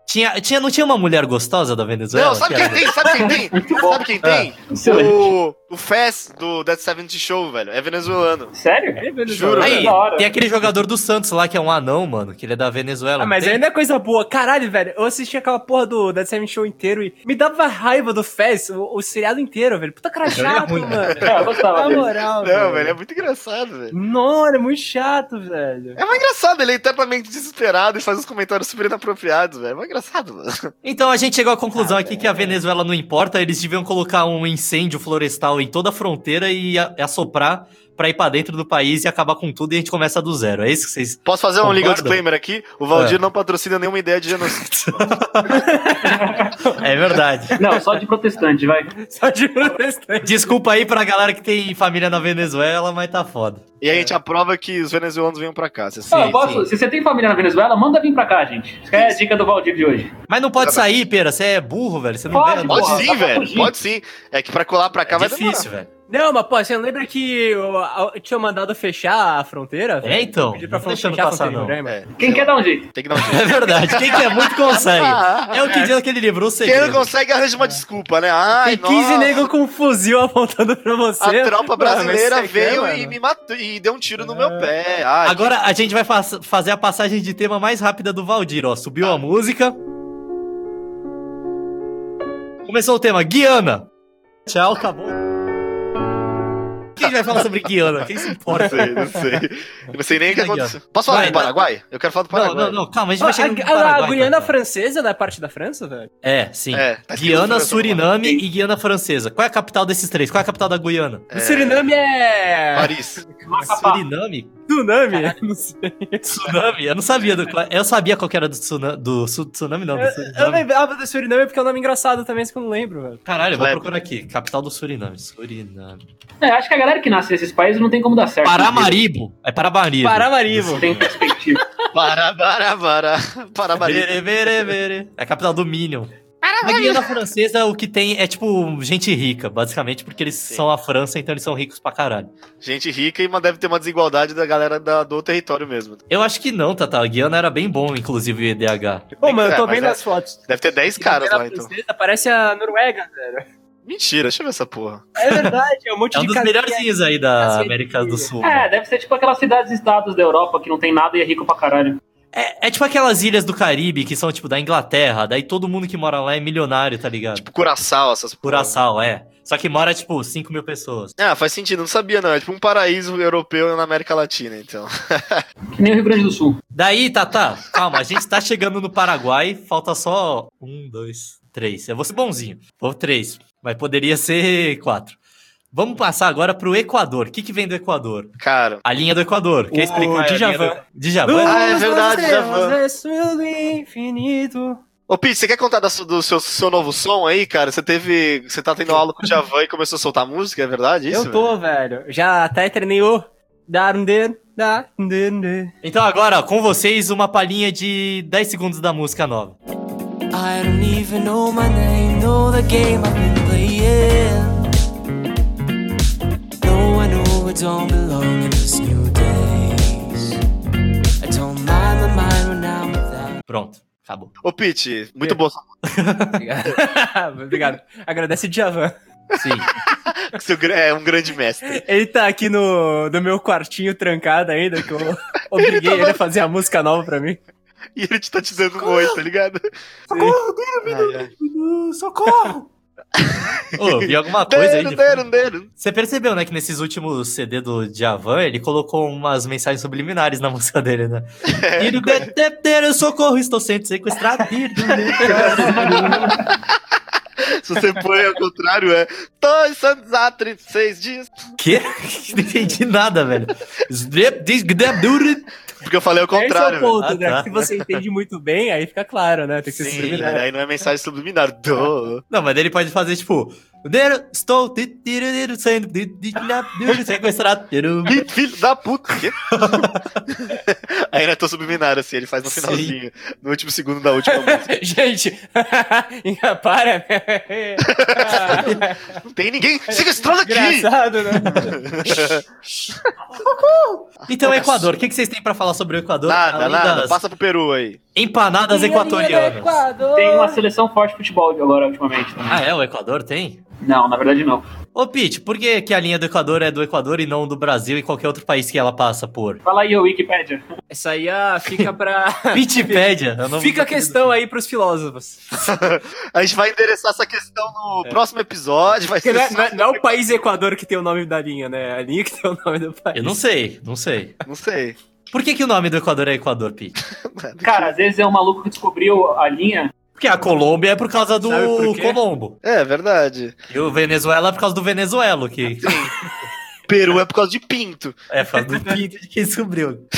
A: Tinha, tinha, não tinha uma mulher gostosa da Venezuela?
D: Não, sabe
A: Que
D: quem
A: era-
D: tem? Sabe quem tem? Sabe quem tem?
B: Ah, excelente.
D: O, o Fez do Dead 70 Show, velho. É venezuelano.
C: é
B: Sério?
D: Juro,
A: Aí,
D: velho.
B: Da hora.
A: tem aquele jogador do Santos lá que é um anão, mano, que ele é da Venezuela.
C: Ah, mas
A: tem?
C: ainda é coisa boa. Caralho, velho, eu assisti aquela porra do Dead Seven Show inteiro e me dava raiva do Fez, o, o seriado inteiro, velho. Puta cara chato,
A: né?
C: mano.
B: É, eu gostava
C: Na
B: dele.
C: moral,
D: Não, velho, é muito engraçado, velho.
C: Não, ele é muito chato, velho.
D: É mais engraçado, ele é eternamente desesperado e faz uns comentários super inapropriados, velho. É mais engraçado, mano.
A: Então a gente chegou à conclusão aqui que a Venezuela não importa, eles deviam colocar um incêndio florestal em toda a fronteira e a- assoprar pra ir pra dentro do país e acabar com tudo e a gente começa do zero. É isso que vocês.
D: Posso fazer um
A: Concordo.
D: legal disclaimer aqui? O
B: É.
D: Valdir não patrocina nenhuma ideia de genocídio.
A: É verdade.
B: Não, só de protestante, vai.
C: Só de protestante.
A: Desculpa aí pra galera que tem família na Venezuela, mas tá foda.
D: E aí a gente aprova que os venezuelanos venham pra cá. Você
B: É. Ah,
D: sabe?
B: eu posso- se você tem família na Venezuela, manda vir pra cá, gente. Isso que é a dica do Valdir de hoje.
A: Mas não pode sair, pera, você é burro, velho. Você não
B: Pode,
A: vê a
B: porra, tá
D: Pode
B: dá
D: sim,
B: pra
D: velho.
B: fugir.
D: Pode sim. É que pra colar pra cá
A: É
D: vai
A: difícil, velho.
C: Não, mas pô, você lembra que eu, eu tinha mandado fechar a fronteira?
A: É, então.
C: Pedir pra né?
A: Não tá
C: fechar
A: deixando
C: a
A: passar, não.
C: fronteira em Roraima.
D: demorar. É,
B: Quem quer dar um jeito?
D: Tem que dar um jeito. Ah,
A: É verdade. Quem quer muito consegue. É o que diz aquele livro, o
D: Quem
A: segredo.
D: não consegue
A: É.
D: arranja uma desculpa, né? Ai,
C: Tem 15
D: nossa,
C: nego com um fuzil apontando pra você.
D: A tropa
A: Ah,
C: Mano,
D: brasileira
C: mas isso aqui é,
D: veio e
C: mano.
D: me matou e deu um tiro no meu pé. Ai,
A: Agora a gente vai fa- fazer a passagem de tema mais rápida do Valdir, ó. Subiu a música. Começou o tema, Guiana. Tchau, acabou. Quem vai falar sobre Guiana? Quem se
D: não
A: importa?
D: sei, não sei. Eu Não sei nem o que
A: Aqui, ó.
D: aconteceu. Posso falar
A: Vai,
D: do Paraguai? Eu quero falar do
A: Não,
D: Paraguai.
A: não, não, calma, a gente
C: Ó,
A: vai chegar no
C: Ah, a, a, a
A: Paraguai,
C: Guiana
A: cara.
C: Francesa não é parte da França, velho?
A: É, sim.
D: É, tá escrito
A: Guiana,
D: França,
A: Suriname e Guiana Francesa. Qual é a capital desses três? Qual é a capital da Guiana?
C: O Suriname é.
D: Paris.
B: Macapá.
A: Suriname?
C: Tsunami? Não sei.
A: Tsunami? Eu não sabia. Do, eu sabia qual que era do tsunami. Do su- tsunami, não. Do
C: Eu
A: Suriname.
C: lembrava do Suriname porque é um nome engraçado também, só que eu não lembro, velho.
A: Caralho, eu vou
D: Vai.
A: procurar aqui. Capital do Suriname. Suriname.
B: É, acho que a galera que nasce nesses países não tem como dar certo.
A: Paramaribo. É Paramaribo.
C: Paramaribo.
B: Não Tem perspectiva.
D: Pará, pará, pará. Pará, Paris.
A: Bere, bere, bere. É a capital do Minion. A Guiana Francesa, o que tem é tipo gente rica, basicamente, porque eles são a França, então eles são ricos pra caralho.
D: Gente rica e uma- deve ter uma desigualdade da galera da- do território mesmo.
A: Eu acho que não, Tata. A Guiana era bem bom, inclusive, o EDH.
C: Ô, mano, eu
D: É,
C: tô
D: mas
C: vendo
D: é-
C: as fotos.
D: Deve ter 10 caras lá, então.
C: Francesa Parece a Noruega, velho.
D: Mentira, deixa eu ver essa porra.
C: É verdade, é um monte
A: É um
C: de
A: dos
C: casinha.
A: melhorzinhos aí da
C: casinha de
A: América do Sul.
B: É, deve ser tipo aquelas cidades-estados da Europa que não tem nada e é rico pra caralho.
A: É, é tipo aquelas ilhas do Caribe que são, tipo, da Inglaterra, daí todo mundo que mora lá é milionário, tá ligado?
D: Tipo, Curaçao, essas porra.
A: Curaçao, é. Só que mora, tipo, 5 mil pessoas.
D: Ah, faz sentido, não sabia não. É tipo um paraíso europeu na América Latina, então.
B: Que nem o Rio Grande do Sul.
A: Daí, Tata, calma, a gente tá chegando no Paraguai, falta só um, dois, três. Eu vou ser bonzinho, vou três, mas poderia ser quatro. Vamos passar agora pro Equador. O que, que vem do Equador?
D: Cara.
A: A linha do Equador. Quer
C: O
A: explicar? a linha
C: Djavan.
A: do- Uh! Djavan?
D: Ah, é verdade,
C: Os
D: Djavan.
C: Um céus azul infinito.
D: Ô, Pete, você quer contar da su- do seu, seu novo som aí, cara? Você teve. Você tá tendo aula com o Javan e começou a soltar música, é verdade? Isso?
C: Eu tô, velho. Já até treinei o. Dar um dedo, dar um dedo, dedo.
A: Então agora, com vocês, uma palhinha de 10 segundos da música nova.
H: I don't even know my name, know the game I've been playing. No, I know I don't belong in these new days. I don't mind my mind when I'm without.
A: Pronto, acabou.
D: Ô, Pete, muito bom.
C: Obrigado. Obrigado. Agradece o Djavan.
A: Sim.
D: Seu gr- é um grande mestre.
C: Ele tá aqui no, no meu quartinho trancado ainda, que eu obriguei ele a fazer a música nova pra mim.
D: E ele te tá te dando um oi, tá ligado?
C: um
D: Ai, ai.
A: Socorro! Ô, vi alguma coisa aí.
D: Deiro,
A: de
D: deiro, deiro.
A: Você percebeu, né, que nesses últimos CD do Djavan, ele colocou umas mensagens subliminares na música dele, né?
D: É.
A: Tiro detecteiro, socorro, estou sendo sequestrado.
D: Se você põe ao contrário, é. Dois anos há 36 dias.
A: que? Não entendi nada, velho.
D: Porque eu falei ao contrário.
C: Esse é
D: velho.
C: o ponto,
A: velho.
C: né?
A: Ah, tá.
C: Se você entende muito bem, aí fica claro, né? Tem que ser
D: Sim,
C: subliminar.
D: aí não é mensagem subliminar. Do.
A: Não, mas ele pode fazer, tipo... "Deiro, Estou de- tiro- sendo de- de- de- sequestrado. Tiro-
D: Ih, Filho da puta. quê? aí não é tão subliminar, assim, ele faz no
A: Sim.
D: finalzinho. No último segundo da última música.
C: Gente, né? para.
D: Não tem ninguém sequestrando aqui!
C: Engraçado, né?
A: Então, Equador. O que que vocês têm pra falar sobre o Equador?
D: Nada,
A: além
D: nada.
A: das
D: Passa pro Peru aí.
A: empanadas equatorianas.
B: Tem uma seleção forte de futebol agora, ultimamente. também.
A: Ah, é? O Equador tem?
B: Não, na verdade não.
A: Ô, Pete, por que, que a linha do Equador é do Equador e não do Brasil e qualquer outro país que ela passa por?
B: Fala aí, ô Wikipédia.
C: Essa aí ah, fica pra.
A: Pitipédia. é o nome
C: Fica a
A: do-
C: questão aí pros filósofos.
D: A gente vai endereçar essa questão no
A: É.
D: próximo episódio. Vai
C: Porque
D: ser
C: não, é,
D: só-
C: não é- não é o país Equador que tem o nome da linha, né? É a linha que tem o nome do país.
A: Eu não sei, não sei.
D: Não sei.
A: Por que, que o nome do Equador é Equador, Pete?
B: Cara, às vezes é um maluco que descobriu a linha.
A: Porque a Colômbia é por causa do
C: Sabe por quê?
A: Colombo.
D: É verdade.
A: E o Venezuela é por causa do Venezuelo, que
D: Peru é por causa de pinto.
A: é por causa do Pinto de quem descobriu.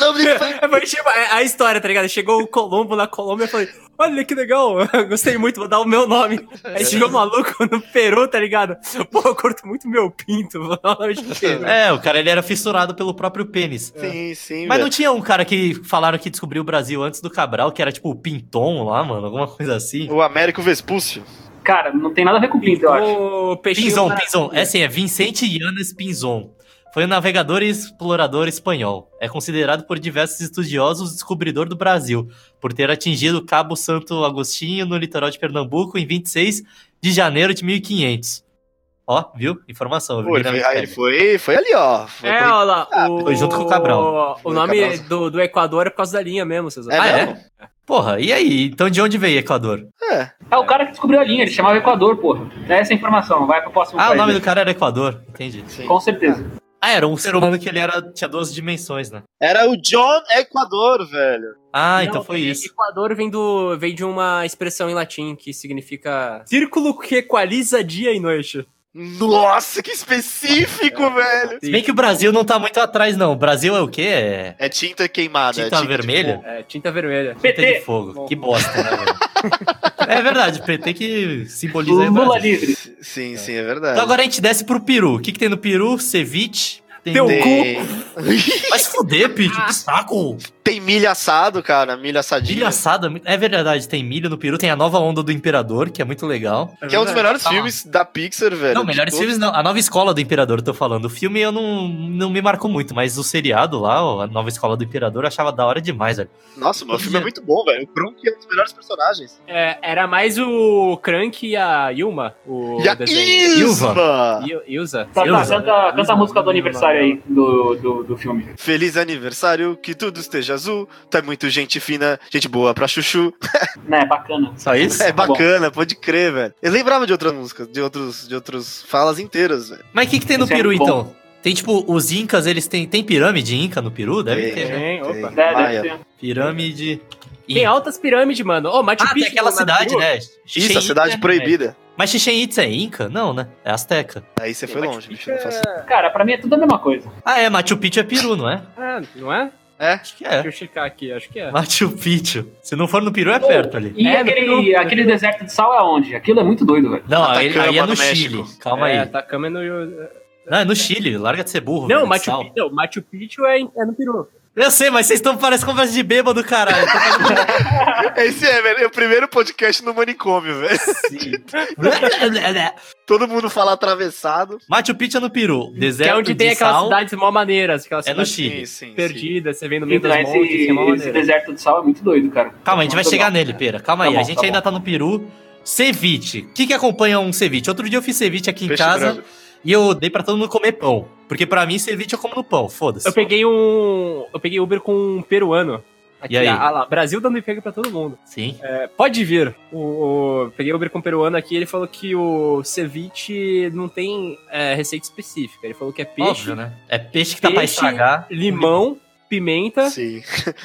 D: Não me
C: Foi tipo, é a história, tá ligado? Chegou o Colombo na Colômbia e falei, olha que legal, gostei muito, vou dar o meu nome. Aí chegou o maluco no Peru, tá ligado? Pô, eu curto muito meu pinto, vou dar o nome de Peru.
A: É, o cara ele era fissurado pelo próprio pênis.
D: Sim, sim.
A: É. Mas não
D: velho.
A: tinha um cara que falaram que descobriu o Brasil antes do Cabral, que era tipo o Pinton lá, mano, alguma coisa assim.
D: O Américo Vespúcio.
B: Cara, não tem nada a ver com o Pinto, eu acho.
C: O peixinho...
A: Pinzon,
C: mara-
A: Pinzon. É assim, é Vicente Yanes Pinzon. Foi um navegador e explorador espanhol. É considerado por diversos estudiosos o descobridor do Brasil, por ter atingido o Cabo Santo Agostinho no litoral de Pernambuco em 26 de janeiro de 1500. Ó, viu? Informação. eu
D: Pô,
A: vi
D: ele
A: na
D: foi, ah, ele
A: Wikipédia.
D: foi, foi ali, ó. Foi
C: É,
D: por-
C: olha lá, o...
A: foi junto com o Cabral.
C: O
D: Foi o
C: nome
D: Cabral.
C: do, do Equador é por causa da linha mesmo, vocês
D: É,
A: Ah,
D: mesmo?
A: é? Porra, e aí? Então de onde veio Equador?
D: É.
B: É o cara que descobriu a linha, ele chamava Equador, porra. Essa é a informação, vai pro próximo
A: Ah, o
B: país.
A: nome do cara era Equador. Entendi.
B: Com certeza.
A: Ah, era um ser humano que ele era tinha 12 dimensões, né?
D: Era o John Equador, velho.
A: Ah,
C: Não,
A: então foi
C: e-
A: isso.
C: Equador vem, do, vem de uma expressão em latim que significa círculo que equaliza dia e noite.
D: Nossa, que específico,
A: É.
D: velho.
A: Se bem que o Brasil não tá muito atrás, não. O Brasil é o quê? É...
D: É tinta queimada. é
A: Tinta
D: de
A: vermelha?
D: fogo.
C: É, tinta vermelha.
A: PT de
B: PT,
A: fogo.
C: Bom.
A: Que bosta, né, velho? É verdade, PT que simboliza aí o
B: Lula
A: Brasil.
B: livre.
D: Sim, sim, é verdade.
A: Então agora a gente desce pro Peru. O que, que tem no Peru? Ceviche. Tem...
C: Teu
A: Tem-
D: Tem,
A: Vai se fuder, Pete. Que saco.
D: tem milho assado, cara. Milho assadinho.
A: Milho assado. é muito- É verdade, tem milho no Peru. Tem a nova onda do Imperador, que é muito legal.
D: Que é um dos melhores
A: Tá.
D: filmes da Pixar, velho. Tipo,
A: Não,
D: É, De
A: melhores
D: todo-
A: filmes não. A nova escola do Imperador, eu tô falando. O filme eu não, não me marcou muito, mas o seriado lá, ó, a nova escola do Imperador, eu achava da hora demais, velho.
D: Nossa, mano, o filme é muito bom, velho. O Kronk é um dos melhores personagens.
C: É, era mais o Crank e a Yuma, o
D: e a
C: desenho.
D: Ilva!
A: Ilva.
C: Yu- Yuza.
B: Tá, tá,
A: Deus,
B: canta, canta a música do aniversário aí do, do, do filme.
D: Feliz aniversário, que tudo esteja azul. Tá muito gente fina, gente boa pra chuchu.
B: Né, bacana.
A: Só isso?
D: É
B: Tá bom.
D: bacana, pode crer, velho. Eu lembrava de outras músicas, de outros, de outros falas inteiras, velho.
A: Mas o que, que tem no
B: Isso é
A: Peru,
B: muito bom.
A: então? Tem tipo, os Incas, eles têm. Tem pirâmide Inca no Peru? Deve
D: Tem.
A: ter, né?
C: Tem, opa.
D: Tem
B: É,
D: Maia.
B: deve ser.
A: Pirâmide.
C: Tem altas pirâmides, mano. Ô, Machu
A: Ah, tem
C: Picchu
A: aquela
C: lá no
A: cidade,
C: Peru.
A: né?
D: Isso,
A: Chichén
D: a cidade
A: Itzá, né?
D: proibida.
A: Mas Chichen Itza é Inca? Não, né? É Azteca.
D: Aí você foi
C: Machu
D: longe, bicho.
C: Picchu
D: Não faço...
C: é-
B: Cara, pra mim é tudo a mesma coisa.
A: Ah, é. Machu Picchu é Peru, não é?
C: Ah, não é?
D: É?
A: Acho que é.
C: Deixa eu checar aqui, acho que é.
A: Machu Picchu. Se não for no Peru, é perto ali.
B: E
C: É, no
B: aquele,
C: Peru.
B: aquele deserto de sal é onde? Aquilo é muito doido, velho.
A: Não, aí,
D: Atacama,
A: aí é
D: no
A: no Chile.
D: México.
A: Calma
C: é,
A: aí.
C: Atacama é no.
A: Não, é no Chile. Larga de ser burro.
C: Não,
A: velho,
C: Machu,
A: sal.
C: Picchu, não, Machu Picchu é, em- é no Peru.
A: Eu sei, mas vocês estão parecendo conversa de bêbado, caralho. Eu tô
D: Esse é, velho. É o primeiro podcast no manicômio, velho.
A: fazendo-
D: Todo mundo fala atravessado.
A: Machu Picchu é no Peru.
C: Que
A: Deserto
C: é onde tem
A: de
C: aquelas
A: sal
C: cidades mó maneiras, aquelas
A: é no
C: cidades
A: Chile.
D: sim.
C: perdidas, você vem no meio dos
B: Então,
C: montes,
B: esse,
C: que é mó
B: esse
C: maneira.
B: deserto de sal é muito doido, cara.
A: Calma, a gente vai
B: Muito
A: chegar
B: Tá bom.
A: nele, pera. Calma aí.
B: Tá bom,
A: a gente
B: tá
A: ainda
B: bom.
A: tá no Peru. Ceviche. O que, que acompanha um ceviche? Outro dia eu fiz ceviche aqui em
D: Peixe
A: casa
D: branco.
A: e eu dei pra todo mundo comer pão. Porque pra mim, ceviche eu como no pão, foda-se.
C: Eu peguei um. Eu peguei Uber com um peruano. Aqui,
A: E aí?
C: Ah lá, Brasil dando emprego pra todo mundo.
A: Sim.
C: É, pode vir. O, o- peguei Uber com um peruano aqui, ele falou que o ceviche não tem é, receita específica. Ele falou que é peixe,
A: Óbvio, né? É peixe que tá pra
C: Peixe,
A: estragar.
C: limão, pimenta.
D: Sim.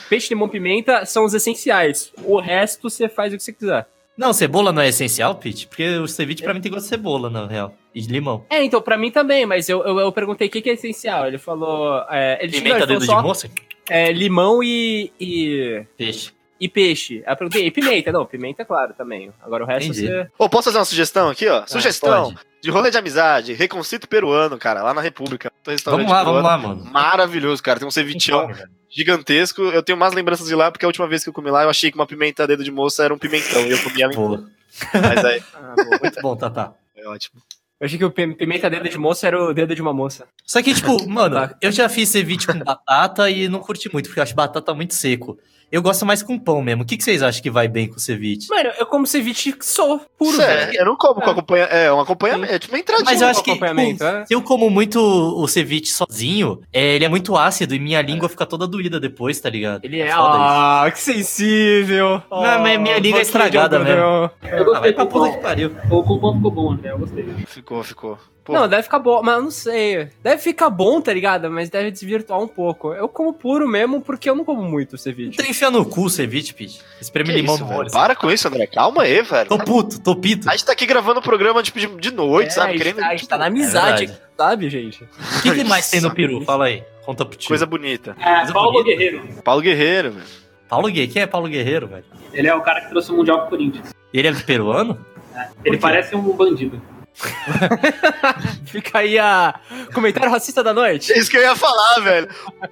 C: Peixe, limão, pimenta são os essenciais. O resto você faz o que você quiser.
A: Não, cebola não é essencial, Pete? Porque o ceviche pra mim tem gosto de cebola, na real. E de limão.
C: É, então, pra mim também, mas eu, eu, eu perguntei o que, que é essencial. Ele falou. É, ele não,
A: Pimenta,
C: ele falou
A: dedo de
C: só,
A: moça?
C: é, limão e. e...
A: Peixe.
C: E peixe. Aí eu perguntei, e pimenta? Não, pimenta, claro, também. Agora o resto
A: Entendi.
C: você.
D: Ô, posso fazer uma sugestão aqui, ó?
C: Ah,
D: sugestão de rolê de amizade, Reconcito Peruano, cara, lá na República. Tem um restaurante
A: Vamos lá, vamos
D: peruano
A: lá, mano.
D: Maravilhoso, cara. Tem um cevichão gigantesco. Eu tenho mais lembranças de lá, porque a última vez que eu comi lá, eu achei que uma pimenta dedo de moça era um pimentão. E eu comi ela em
A: Pô,
D: Mas aí,
C: Ah, boa.
A: muito bom, Tata.
D: é ótimo.
C: Eu achei que o pi- pimenta dedo de moça era o dedo de uma moça.
A: Só que, tipo, mano, eu já fiz ceviche com batata e não curti muito, porque eu acho batata muito seco. Eu gosto mais com pão mesmo. O que, que vocês acham que vai bem com ceviche?
C: Mano, eu como ceviche só, puro,
D: Isso é,
C: velho.
D: eu não como com acompanha... É, um acompanhamento. É tipo uma entradinha.
A: Mas eu acho que
C: acompanhamento,
A: tipo,
C: é?
A: se eu como muito o ceviche sozinho, é, ele é muito ácido e minha língua fica toda doída depois, tá ligado?
C: Ele é.
A: foda isso.
C: Ah, que sensível.
A: Não, mas minha língua é estragada
C: mesmo.
B: Eu
A: Ah, vai
B: gostei.
A: pra
B: do
A: puta
B: pão.
A: que pariu.
B: O cupom ficou bom até, eu gostei.
D: Ficou, ficou. Pô,
C: Não, deve ficar bom, mas eu não sei. Deve ficar bom, tá ligado? Mas deve desvirtuar um pouco. Eu como puro mesmo porque eu não como muito ceviche.
A: Então enfia no cu o ceviche, Pete.
D: que
A: Espreme limão
D: isso,
A: no
D: velho?
A: olho.
D: Para com isso, André. Calma aí, velho.
A: Tô puto, tô pito.
D: A gente tá aqui gravando o programa tipo, de, de noite,
C: É,
D: sabe?
C: a gente
D: Querendo
C: tá- a gente tá na amizade,
A: É verdade.
C: sabe, gente?
A: O que, que mais tem no
D: Saco
A: peru? Fala aí. Conta pro tio.
D: coisa bonita.
B: É,
A: Coisa
B: Paulo
A: bonita.
B: Guerreiro.
D: Paulo Guerreiro, velho.
A: Paulo Guerreiro. Quem é Paulo Guerreiro, velho?
B: Ele é o cara que trouxe o Mundial pro Corinthians.
A: Ele é peruano?
B: Ele parece um bandido.
C: Fica aí a. Comentário racista da noite.
D: É isso que eu ia falar, velho.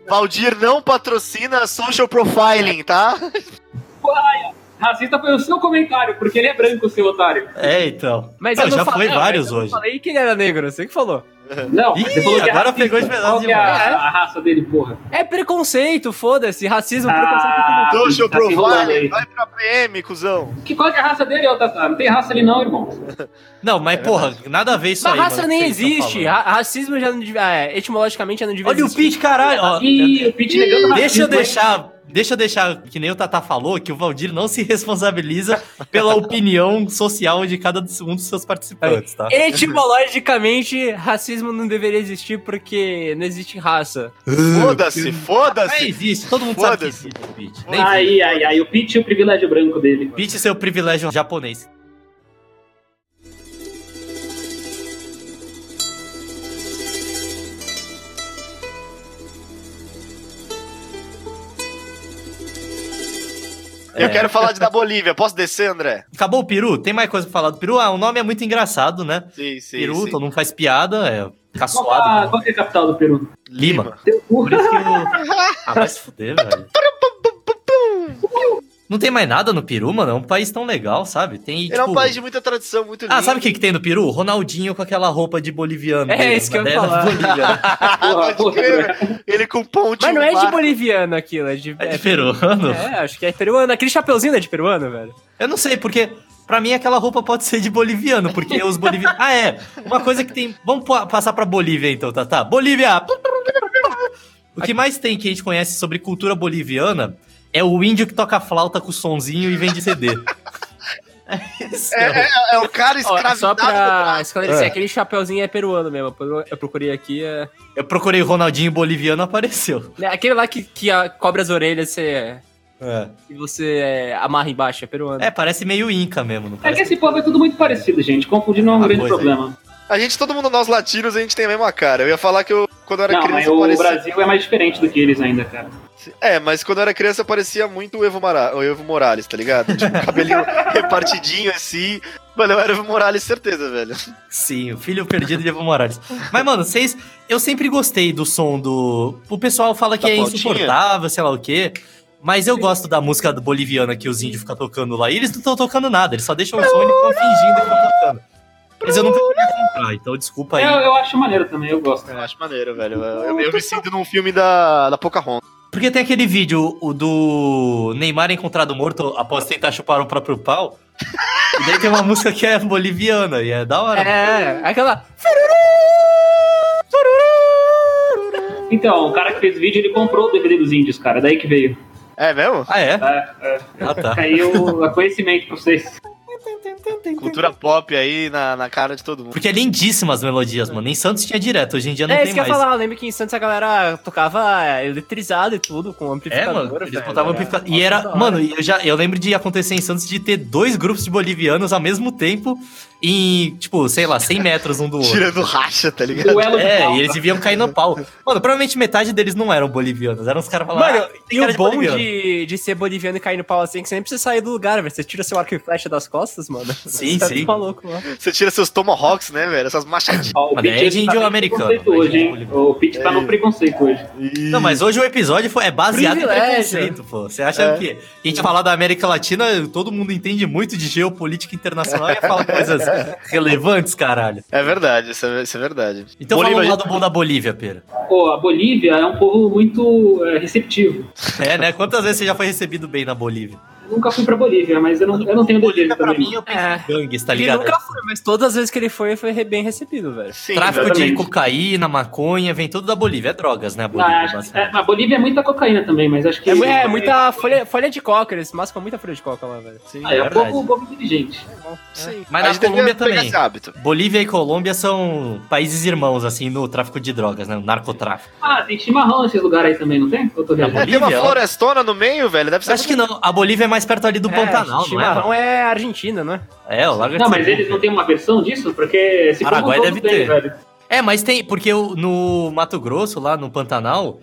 D: Valdir não patrocina social profiling, tá?
B: Racista foi o seu comentário, porque ele é branco, seu otário.
A: É, então.
C: Mas
A: Não,
C: eu não
A: já
C: falei,
A: foi vários
C: eu não
A: hoje.
C: falei que ele era negro, você que falou.
B: Não,
A: Ih,
B: você falou que é
A: agora
B: racista.
A: pegou de pedaço
B: Qual que é
A: demais.
B: a, a raça dele, porra?
C: É preconceito, foda-se, racismo,
B: Ah,
C: preconceito.
D: social
B: tá se enrolando
D: profiling,
B: aí.
D: vai pra PM, cuzão.
B: Que, qual que é a raça dele, ô Tatá? Não tem raça ali não, irmão.
A: Não, mas porra, nada a ver isso
C: Mas
A: aí.
C: raça
A: mano,
C: nem
A: que vocês estão
C: existe.
A: falando.
C: Ra- racismo já não devia. é, etimologicamente já não devia
A: Olha o
C: existir.
A: Pete, caralho. ó.
B: Ih, o Pete negando racismo.
A: deixa eu
B: hein?
A: deixar. Deixa eu deixar, que nem o Tata falou, que o Valdir não se responsabiliza pela opinião social de cada um dos seus participantes, tá?
C: Etimologicamente, racismo não deveria existir porque não existe raça.
F: Hum,
D: Foda-se,
A: Mas
D: foda-se.
A: existe, todo mundo sabe que
D: Foda-se.
A: existe o Pete. Nem existe.
B: Aí, aí, aí, o Pete e
C: é
B: o privilégio branco dele.
A: Pete e seu privilégio japonês.
D: Eu quero falar de da Bolívia. Posso descer, André?
A: Acabou o peru? Tem mais coisa pra falar do peru? Ah, o nome é muito engraçado, né?
D: Sim, sim.
A: peru,
D: sim.
A: todo mundo faz piada, é
B: Qual, a-
A: caçoado.
B: qual que é a capital do Peru?
A: Lima.
B: Teu cu.
A: Por isso que eu... Ah, vai se fuder, velho. Não tem mais nada no Peru, mano. É um país tão legal, sabe? Tem,
D: Ele é um
A: tipo-
D: país de muita tradição, muito lindo.
A: Ah, sabe o que, que tem no Peru? Ronaldinho com aquela roupa de boliviano.
C: É
A: dele,
C: isso que eu ia
A: né? Da
C: falar.
A: Bolívia.
B: Porra,
D: Ah, Pode
B: porra,
D: crer, velho. Ele com ponte.
C: Mas não é de boliviano aquilo, é de.
A: É de peruano?
C: É, acho que é né, peruano. Aquele chapeuzinho não é de peruano, velho.
A: Eu não sei, porque... Pra mim, aquela roupa pode ser de boliviano, porque os bolivianos. Ah, é. Uma coisa que tem. Vamos pa- passar pra Bolívia, então, tá? tá. Bolívia! O que mais tem que a gente conhece sobre cultura boliviana é o índio que toca flauta com sonzinho e vende CD. É isso.
D: É, é, é o cara
C: Ó,
D: escravizado.
C: só pra esclarecer,
D: É.
C: aquele chapeuzinho é peruano mesmo. Eu procurei aqui. É...
A: Eu procurei Ronaldinho boliviano, apareceu.
C: né, Aquele lá que, que a- cobre as orelhas você,
A: É.
C: e você é, amarra embaixo, é peruano.
A: É, parece meio Inca mesmo, não
B: É que
A: parece?
B: esse povo é tudo muito parecido, gente. Confundir não é um
A: Ah,
B: grande
A: pois é.
B: problema.
D: A gente, todo mundo, nós latinos, a gente tem a mesma cara. Eu ia falar que eu, quando eu era
B: Não, mas
D: criança,
B: o
D: parecia...
B: Brasil é mais diferente do que eles ainda, cara.
D: É, mas quando eu era criança, parecia muito o Evo, Mara... o Evo Morales, tá ligado? Tipo, cabelinho repartidinho, assim. Mano, eu era o Evo Morales, certeza, velho.
A: Sim, o filho perdido de Evo Morales. Mas, mano, vocês. Eu sempre gostei do som do. O pessoal fala que
D: Da
A: é
D: flautinha?
A: insuportável, sei lá o quê. Mas eu gosto da música do boliviana que os índios ficam tocando lá. E eles não estão tocando nada, eles só deixam o som e ficam fingindo que estão tocando. Mas eu nunca vou comprar, então desculpa aí.
B: Eu, eu acho maneiro também, eu gosto.
D: Eu acho maneiro, velho. Eu, eu me sinto num filme da, da Pocahontas.
A: Porque tem aquele vídeo o do Neymar encontrado morto após tentar chupar o próprio pau. E daí tem uma música que é boliviana e é da hora.
C: É, aquela.
B: Então, o cara que fez o vídeo, ele comprou o DVD dos índios, cara. Daí que veio.
D: É mesmo?
A: Ah, é?
B: É, é.
A: Ah, tá.
B: Aí o o conhecimento pra vocês.
D: Cultura pop aí na, na cara de todo mundo.
A: Porque é lindíssimas as melodias, mano. Em Santos tinha direto, hoje em dia não
C: é,
A: tem
C: isso que eu ia
A: mais.
C: falar. Eu lembro que em Santos a galera tocava é, eletrizado e tudo, com
A: É,
C: amplificador.
A: mano, eles
C: velho, é
A: botavam
C: era-
A: amplificador. E
C: Tá Nossa,
A: era.
C: da hora.
A: Mano, eu, já, eu lembro de acontecer em Santos de ter dois grupos de bolivianos ao mesmo tempo, em, tipo, sei lá, 100 metros um do outro.
D: Tirando racha, tá ligado?
B: Duelo de
A: É,
B: pau.
A: e eles deviam cair no pau. Mano, provavelmente metade deles não eram bolivianos, eram os caras falando.
C: Mano,
A: "Ah, tem
C: e
A: cara
C: o bom
A: boliviano."
C: de, de ser boliviano e cair no pau assim, é que você nem precisa sair do lugar, velho. Você tira seu arco e flecha das costas, mano.
A: Sim,
C: você tá
A: sim.
C: tudo maluco, mano.
D: Você tira seus tomahawks, né, velho? Essas machadinhas.
B: Ó, o
A: Mas daí
B: Pete
A: é de
B: tá
A: índio
B: no
A: americano,
B: preconceito
A: mas
B: Hoje,
A: é
B: hein?
A: boliviano.
B: O Pete tá no preconceito hoje.
A: Não, mas hoje o episódio foi, é baseado em
C: Privilégio. né?
A: preconceito, pô. Você acha
D: É.
A: o quê? Que a gente falar da América Latina, todo mundo entende muito de geopolítica internacional e fala coisas relevantes, caralho.
D: É verdade, isso é, isso é verdade.
A: Então
D: Bolívia,
A: fala um lado bom da Bolívia, Pera.
B: Pô, a Bolívia é um povo muito é, receptivo.
A: É, né? Quantas vezes você já foi recebido bem na Bolívia?
B: Nunca fui pra Bolívia, mas eu não, eu não tenho desejo
A: Bolívia, pra
B: também.
A: mim, eu penso
C: É.
A: em gangues, tá
C: ele
A: ligado?
C: nunca foi, mas todas as vezes que ele foi, foi re- bem recebido, velho.
D: Sim,
A: Tráfico
D: velho.
A: de
B: exatamente.
A: cocaína, maconha, vem tudo da Bolívia. É drogas, né, a
B: Não,
A: Bolívia?
B: acho, é,
A: basicamente.
B: a Bolívia é muita cocaína também, mas acho que.
C: É, mu- é, muita folha, folha de coca, eles mascam muita folha de coca lá, velho. Ah,
D: Sim,
B: Ah, é um
A: verdade.
B: povo, um povo inteligente.
C: é.
D: sim.
A: Mas
D: A
A: na
D: gente devia
A: Colômbia
D: pegar
A: também.
D: esse hábito. É,
A: Bolívia e Colômbia são países irmãos, assim, no tráfico de drogas, né? No narcotráfico.
B: Ah, tem chimarrão nesses lugares aí também, não tem? Eu tô
A: Na
B: viajando.
D: Tem uma
A: Bolívia, ó.
D: florestona no meio, velho? Deve ser
A: Acho que não. A Bolívia é mais perto ali do Pantanal, não é?
C: chimarrão é Argentina, não é?
A: É, o Lago de
B: Não, mas
A: São
B: eles
A: Paulo.
B: não têm uma versão disso? Porque se um
A: Paraguai deve ter.
B: velho.
A: É, mas tem, porque o- no Mato Grosso, lá no Pantanal,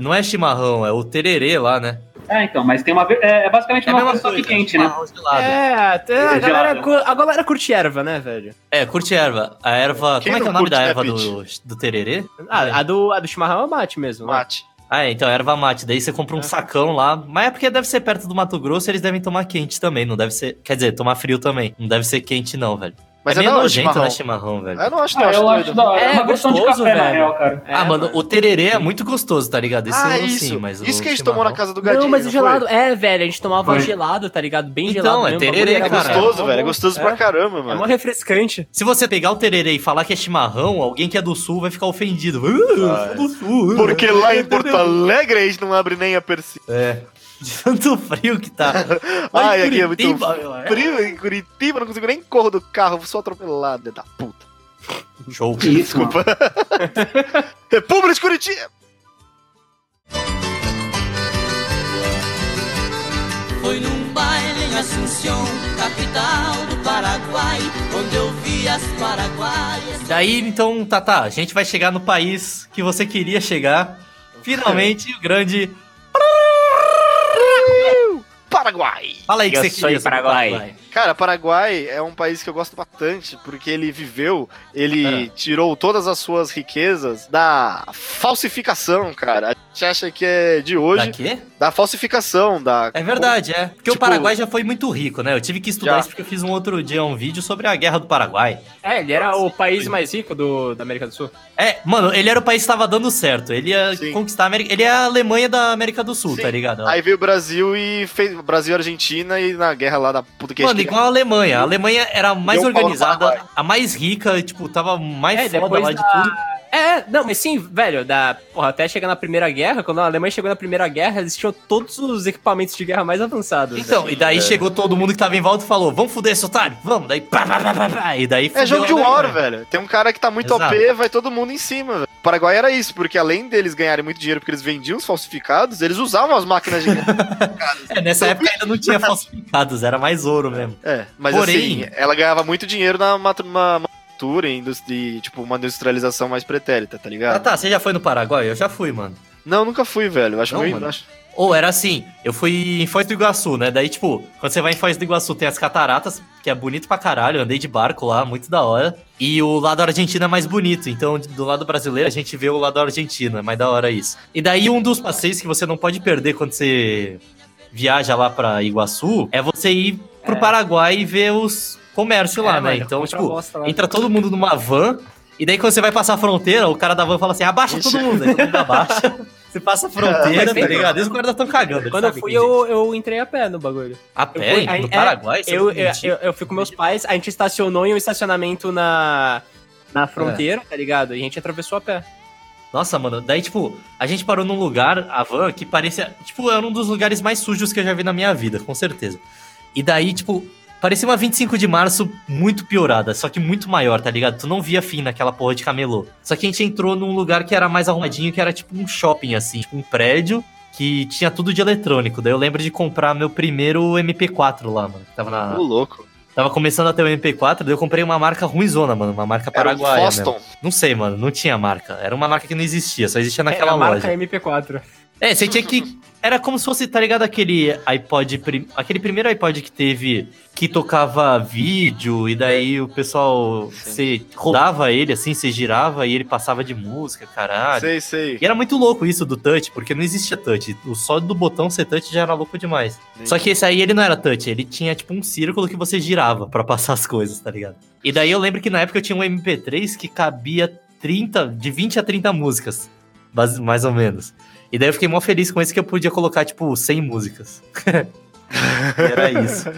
A: não é chimarrão, é o tererê lá, né?
B: É, então, mas tem uma. ver- É, é basicamente
A: a
B: uma
A: mesma
B: coisa, só que
A: coisa,
B: quente, né?
A: chimarrão gelado. É,
C: É, até a, galera,
B: É
A: né?
B: gelado.
C: cu- a galera curte erva, né, velho?
A: É, curte erva. A erva.
D: Quem
A: como é que é o
D: não
A: nome
D: curte,
A: da
D: né,
A: erva
D: Pete?
A: do, do tererê?
C: Ah, a do, a do chimarrão é o mate mesmo, né?
D: mate.
A: Ah, é, então erva mate. Daí você compra um sacão lá. Mas é porque deve ser perto do Mato Grosso, eles devem tomar quente também. Não deve ser. Quer dizer, tomar frio também. Não deve ser quente, não, velho.
D: Mas
A: é,
D: é,
A: meio
D: da hora o
A: nojento,
D: chimarrão.
A: né, chimarrão, velho?
D: Eu não acho, não.
B: Ah, eu acho da hora. É
C: É,
B: uma versão de
C: gostoso,
B: café, na
C: velho.
B: real, cara.
A: ah, mano, o tererê é muito gostoso, tá ligado? Esse
D: É, ah,
A: eu não
D: isso.
A: sei, mas.
D: isso
A: o
D: que a gente tomou na
A: chimarrão-
D: casa do gatinho.
C: não, mas o
D: foi?
C: gelado. É, velho, a gente tomava
B: Foi.
C: gelado, tá ligado? Bem
A: Então,
C: gelado.
A: é
C: mesmo, o bagulho
A: tererê,
C: era
A: é
D: É
A: cara.
D: gostoso, velho. É gostoso pra caramba,
C: É mó
D: mano.
C: refrescante.
A: Se você pegar o tererê e falar que é chimarrão, alguém que é do sul vai ficar ofendido. Uh,
D: Ah,
A: sou do sul. uh.
D: Porque lá é em Porto Alegre a gente não abre nem a persi.
A: É. De tanto frio que tá. Lá em
D: Ai, aqui é muito
A: Curitiba, meu, é.
D: frio em Curitiba, não consigo nem correr do carro, vou só atropelado, filho da puta.
A: Show.
B: Que isso, mano.
D: República de Curitiba!
H: Foi num baile em Assunção, capital do Paraguai, onde eu vi as paraguaias.
A: Daí, então, tá, tá. A gente vai chegar no país que você queria chegar. Finalmente, o grande.
D: Paraguai!
A: Fala aí que
C: Eu
A: você
C: sou
A: queria.
C: em
A: sobre o
C: Paraguai.
D: Cara, Paraguai é um país que eu gosto bastante, porque ele viveu,
A: É.
D: ele tirou todas as suas riquezas da falsificação, cara. gente acha que é de hoje,
A: Daqui?
D: da falsificação, da...
A: É verdade, é. Porque
D: Tipo-
A: o Paraguai já foi muito rico, né? Eu tive que estudar
D: Já.
A: isso porque eu fiz um outro dia um vídeo sobre a guerra do Paraguai.
C: É, ele era o país mais rico do, da América do Sul.
A: É, mano, ele era o país que tava dando certo. Ele ia
D: Sim.
A: conquistar a América. Ele é a Alemanha da América do Sul,
D: Sim.
A: tá ligado?
D: Aí veio o Brasil e fez Brasil e Argentina e na guerra lá da puta que
A: Mano,
D: acho que-
A: igual a Alemanha. A Alemanha era a mais
D: Deu um pau no
A: organizada,
D: Paraguai.
A: a mais rica, e, tipo, tava mais
C: É,
A: foda
C: depois
A: lá
C: da-
A: de tudo.
C: É, não, mas sim, velho, da, porra, até chegar na Primeira Guerra, quando a Alemanha chegou na Primeira Guerra, eles tinham todos os equipamentos de guerra mais avançados.
A: Então, e daí chegou todo mundo que tava em volta e falou: Vamos fuder esse otário, vamos. Daí pá, pá, pá, pá, pá. E daí
D: É
A: fudeu né?
D: jogo de
A: a Alemanha.
D: war, velho. Tem um cara que tá muito OP,
A: Exato.
D: vai todo mundo em cima, velho. O Paraguai era isso, porque além deles ganharem muito dinheiro porque eles vendiam os falsificados, eles usavam as máquinas de guerra.
A: É, nessa época ainda não tinha falsificados, era mais ouro mesmo.
D: É, mas
A: Porém-
D: assim, ela ganhava muito dinheiro na mat- ma- manufatura e indus- e, tipo, uma industrialização mais pretérita, tá ligado?
A: Ah tá, você já foi no Paraguai? Eu já fui, mano.
D: Não, nunca fui, velho. Acho
A: Não,
D: meio-
A: mano.
D: acho-
A: Ou era assim, eu fui em Foz do Iguaçu, né? Daí, tipo, quando você vai em Foz do Iguaçu, tem as cataratas, que é bonito pra caralho. Eu andei de barco lá, muito da hora. E o lado argentino é mais bonito. Então, do lado brasileiro, a gente vê o lado argentino. É mais da hora isso. E daí, um dos passeios que você não pode perder quando você viaja lá pra Iguaçu é você ir pro
C: É.
A: Paraguai e ver os comércios lá, né? Então, tipo, entra todo mundo numa van. E daí, quando você vai passar a fronteira, o cara da van fala assim: abaixa todo mundo. Aí todo mundo abaixa. Você passa a fronteira, tá ligado? E os guardas estão cagando. eles
C: Quando eu
A: sabem
C: fui,
A: quem
C: eu, eu entrei a pé no bagulho.
A: é. A
C: eu fui-
A: pé?
C: aí-
A: no
C: é,
A: Paraguai? Você
C: Eu,
A: não
C: eu,
A: mentiu?
C: eu, eu fui com meus pais, a gente estacionou em um estacionamento na, na fronteira, tá ligado? E a gente atravessou a pé.
A: Nossa, mano. Daí, tipo, a gente parou num lugar, a van, que parecia. Tipo, era um dos lugares mais sujos que eu já vi na minha vida, com certeza. E daí, tipo, parecia uma 25 de março muito piorada, só que muito maior, tá ligado? Tu não via fim naquela porra de camelô. Só que a gente entrou num lugar que era mais arrumadinho, que era tipo um shopping, assim, tipo um prédio. Que tinha tudo de eletrônico. Daí eu lembro de comprar meu primeiro MP4 lá, mano. que Tava na.
D: Ô, louco.
A: Tava começando a ter o MP4, daí eu comprei uma marca ruinzona, mano. Uma marca
D: Era um o
A: paraguaia. é mesmo.
D: Foston.
A: Não sei, mano. Não tinha marca. Era uma marca que não existia, só existia
C: Era
A: naquela
C: a
A: loja.
C: marca MP4.
A: É, você tinha que. Era como se fosse, tá ligado, aquele iPod. prim- Aquele primeiro iPod que teve. Que tocava vídeo, e daí o pessoal. Você rodava ele assim, você girava e ele passava de música, caralho.
D: Sei, sei.
A: E era muito louco isso do touch, porque não existia touch. O só do botão ser touch já era louco demais.
D: Entendi.
A: Só que esse aí ele não era touch, ele tinha tipo um círculo que você girava pra passar as coisas, tá ligado? E daí eu lembro que na época eu tinha um MP3 que cabia 30, de 20 a 30 músicas, bas- mais ou menos. E daí eu fiquei mó feliz com isso que eu podia colocar tipo 100 músicas. E era isso.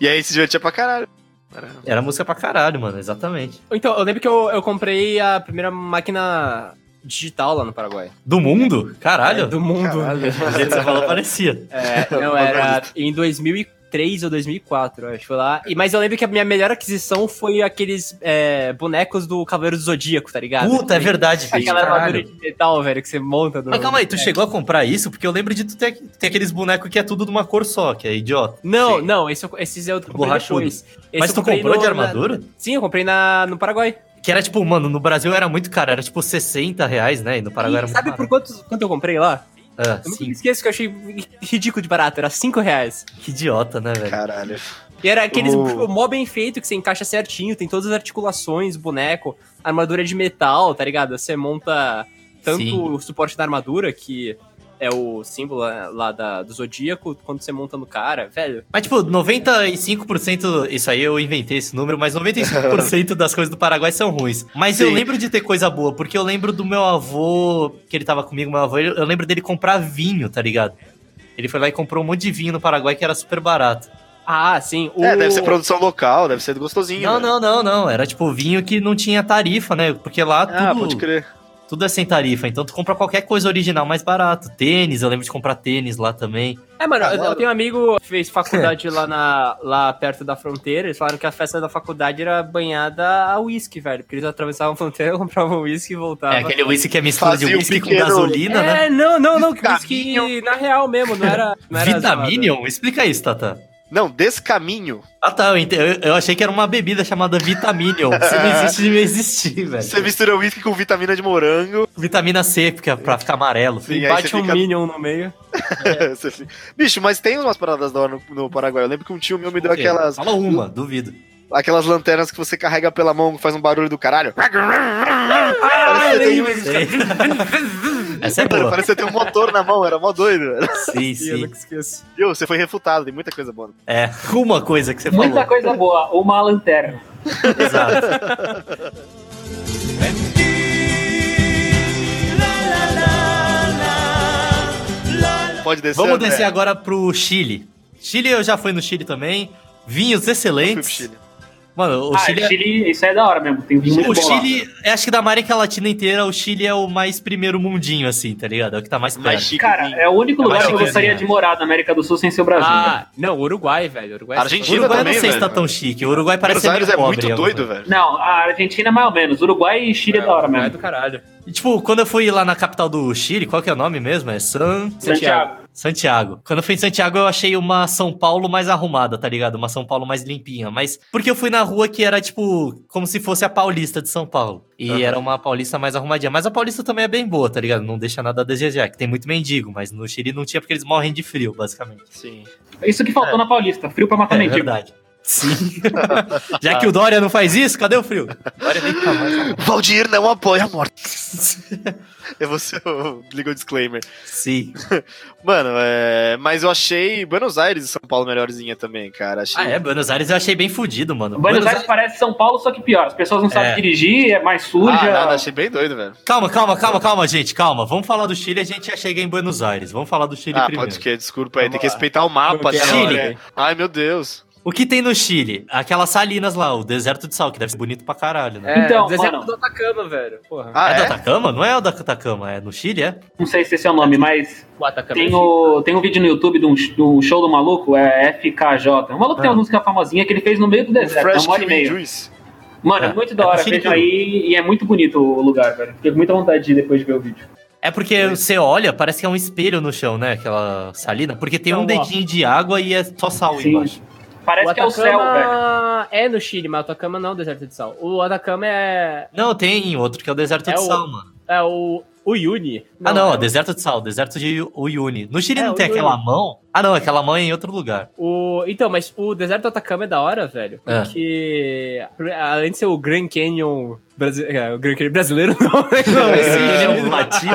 D: E aí se divertia pra caralho. Era-
A: Era música pra caralho, mano, exatamente.
C: Então, eu lembro que eu, eu comprei a primeira máquina digital lá no Paraguai.
A: Do mundo? Caralho.
C: É, do mundo.
A: Do jeito que você falou, parecia.
C: É, não, era em 2003 ou 2004, eu acho que foi lá. E, mas eu lembro que a minha melhor aquisição foi aqueles é, bonecos do Cavaleiro do Zodíaco, tá ligado?
A: Puta, é verdade. gente,
C: Aquela
A: caralho.
C: armadura de metal, velho, que você monta. No...
A: Mas calma aí, tu chegou a comprar isso? Porque eu lembro de tu ter, ter aqueles bonecos que é tudo de uma cor só, que é idiota.
C: Não, não, esse, eu- esses eu comprei
A: Borrachudo.
C: depois. Esse
A: Mas
C: eu
A: tu
C: comprei
A: comprou
C: no-
A: de
C: na-
A: armadura?
C: Sim, eu comprei na, no Paraguai.
A: Que era tipo, mano, no Brasil era muito caro, era tipo 60 reais, né? E no Paraguai era
C: E
A: muito
C: sabe por quanto, quanto eu comprei lá?
A: por ah,
C: Eu nunca
A: sim.
C: me esqueço que eu achei ridículo de barato, era 5 reais.
A: Que idiota, né, velho?
D: Caralho.
C: E era aqueles
D: O-
C: tipo, mó bem feito que você encaixa certinho, tem todas as articulações, boneco, armadura de metal, tá ligado? Você monta tanto
A: Sim.
C: o suporte da armadura, que é o símbolo lá da- do zodíaco, quanto você monta no cara, velho.
A: Mas tipo, 95%, isso aí eu inventei esse número, mas 95% das coisas do Paraguai são ruins. Mas eu
D: Sim.
A: lembro de ter coisa boa, porque eu lembro do meu avô, que ele tava comigo, meu avô, eu eu lembro dele comprar vinho, tá ligado? Ele foi lá e comprou um monte de vinho no Paraguai que era super barato.
C: Ah, sim. O...
D: É, deve ser produção local, deve ser gostosinho. né?
A: Não,
D: velho.
A: não, não, não. Era tipo vinho que não tinha tarifa, né? Porque lá
D: Ah, pode
A: tudo,
D: crer.
A: tudo é sem tarifa. Então tu compra qualquer coisa original mais barato. Tênis, eu lembro de comprar tênis lá também.
C: É, mano, eu,
D: Caralho.
C: eu tenho um amigo que fez faculdade lá, na, lá perto da fronteira, eles falaram que a festa da faculdade era banhada a uísque, velho, porque eles atravessavam a fronteira, compravam uísque e voltavam.
A: É aquele whisky que é mistura de
D: Ah, Fazia um
A: whisky com
D: pequeno-
A: gasolina, né?
C: É, não, não, não, que uísque
D: Vitaminion.
C: na real mesmo, não era... Não era zoado.
A: Vitaminion? Explica isso, Tata.
D: Não, descaminho.
A: Ah tá, eu, ente- eu- eu achei que era uma bebida chamada Vitaminion. Se não existe, devia existir, velho.
D: Você mistura uísque com vitamina de morango.
A: Vitamina C, porque é pra ficar amarelo.
D: Sim, aí
C: Bate
D: você
C: um
D: fica-
C: Minion no meio.
A: É.
D: Você fica- Bicho, mas tem umas paradas da hora no, no Paraguai. Eu lembro que um tio meu me deu aquelas,
A: Fala uma, duvido.
D: aquelas lanternas que você carrega pela mão que faz um barulho do caralho. Parece que você tem um-
A: Sei. Essa é
D: Mano,
A: boa.
D: parece que você tem um motor na mão, era mó doido, velho.
A: Sim,
C: Eu
A: sim.
C: nunca esqueço.
D: Viu? Você foi refutado, tem muita coisa boa.
A: É, uma coisa que você falou.
B: Muita coisa boa, uma lanterna.
A: Exato.
D: Pode descer,
A: Vamos
D: é André?
A: descer agora pro Chile. Chile, eu já fui no Chile também. Vinhos
D: Eu fui pro
A: excelentes.
D: Chile.
A: Mano, o
B: ah,
A: Chile,
B: Chile... isso aí é da hora mesmo. Tem muito
A: o
B: bom lá.
A: Chile é, acho que da América Latina inteira, o Chile é o mais primeiro mundinho, assim, tá ligado? É o que tá mais perto.
D: Mais chique.
B: Cara, é o único
A: É
B: lugar
A: mais
B: que eu
A: chique,
B: gostaria
A: né?
B: de morar na América do Sul sem ser o Brasil. velho.
C: Ah, não, Uruguai, velho. Uruguai é
A: o
D: Argentina
A: Uruguai
D: também,
A: não sei se tá
D: velho.
A: tão chique. O Uruguai parece
D: Buenos Aires
A: ser
D: é
A: meio
D: muito
A: pobre, alguma
D: doido, velho.
B: Não, a Argentina é mais ou menos. Uruguai e Chile é, da hora
C: Uruguai é
B: mesmo.
C: do caralho.
A: E, Tipo, quando eu fui lá na capital do Chile, qual que é o nome mesmo? É San...
B: Santiago.
A: Santiago. Quando eu fui em Santiago, eu achei uma São Paulo mais arrumada, tá ligado? Uma São Paulo mais limpinha. Mas porque eu fui na rua que era, tipo, como se fosse a Paulista de São Paulo. E era uma Paulista mais arrumadinha. Mas a Paulista também é bem boa, tá ligado? Não deixa nada a desejar, que tem muito mendigo. Mas no Chile não tinha porque eles morrem de frio, basicamente.
D: Sim.
B: Isso que faltou na Paulista. Frio pra matar
A: É
B: mendigo.
A: verdade. Sim. Já que o Dória não faz isso, cadê o frio? Dória nem tá mais.
D: Valdir não apoia a morte. é você, liga o disclaimer.
A: Sim.
D: Mano, é... mas eu achei Buenos Aires e São Paulo melhorzinha também, cara. Achei...
A: Ah, é, Buenos Aires eu achei bem fudido, mano.
B: Buenos, Aires parece São Paulo, só que pior. As pessoas não sabem
A: É.
B: dirigir, é mais
D: Ah,
B: suja.
D: nada, achei bem doido, velho.
A: Calma, calma, calma, calma, gente, calma. Vamos falar do Chile, a gente já chega em Buenos Aires. Vamos falar do Chile
D: Ah,
A: primeiro.
D: pode que, desculpa aí,
C: Vamos
D: tem que
C: lá.
D: respeitar o mapa.
C: Porque
D: né?
A: Chile.
D: É. Ai, meu Deus.
A: O que tem no Chile? Aquelas salinas lá, o deserto de sal, que deve ser bonito pra caralho, né?
B: Então,
C: o deserto
B: mano.
C: do Atacama, velho. Porra.
D: Ah,
A: é do
D: é?
A: Atacama? Não é o da Atacama, é no Chile, é?
B: Não sei se esse é o nome, mas
C: o Atacama.
B: tem, o, tem um vídeo no YouTube de um, de um show do maluco, é FKJ. O maluco tem uma música famosinha que ele fez no meio do deserto, é
D: Fresh
B: uma hora e
D: Kiwi
B: meia.
D: Juice.
B: Mano, é,
A: É.
B: muito da
A: É
B: hora,
A: Chile
B: vejam
A: todo.
B: aí, e é muito bonito o lugar, velho. Fiquei com muita vontade de ir depois de ver o vídeo.
A: É porque você olha, parece que é um espelho no chão, né? Aquela salina, porque tem um
B: Então, ó.
A: dedinho de água e é só sal
B: Sim.
A: embaixo.
B: Parece que é o céu, velho.
C: é no Chile, mas o Atacama não é o deserto de sal. O Atacama é.
A: Não, tem outro que é o deserto
C: É
A: de
C: o-
A: sal, mano.
C: É o. O Yuni.
A: ah, não,
C: é
A: ó, deserto de sal, deserto de Uyuni. No Chile
C: É,
A: não tem
C: Uyuni.
A: aquela mão? Ah, não, aquela mão é em outro lugar.
C: O... Então, mas o deserto do Atacama é da hora, velho.
A: É.
C: Porque. Além de ser o Grand Canyon. brasi- é, O Grand Canyon brasileiro não, né? Não,
A: Esse
C: esse-
A: é um latino.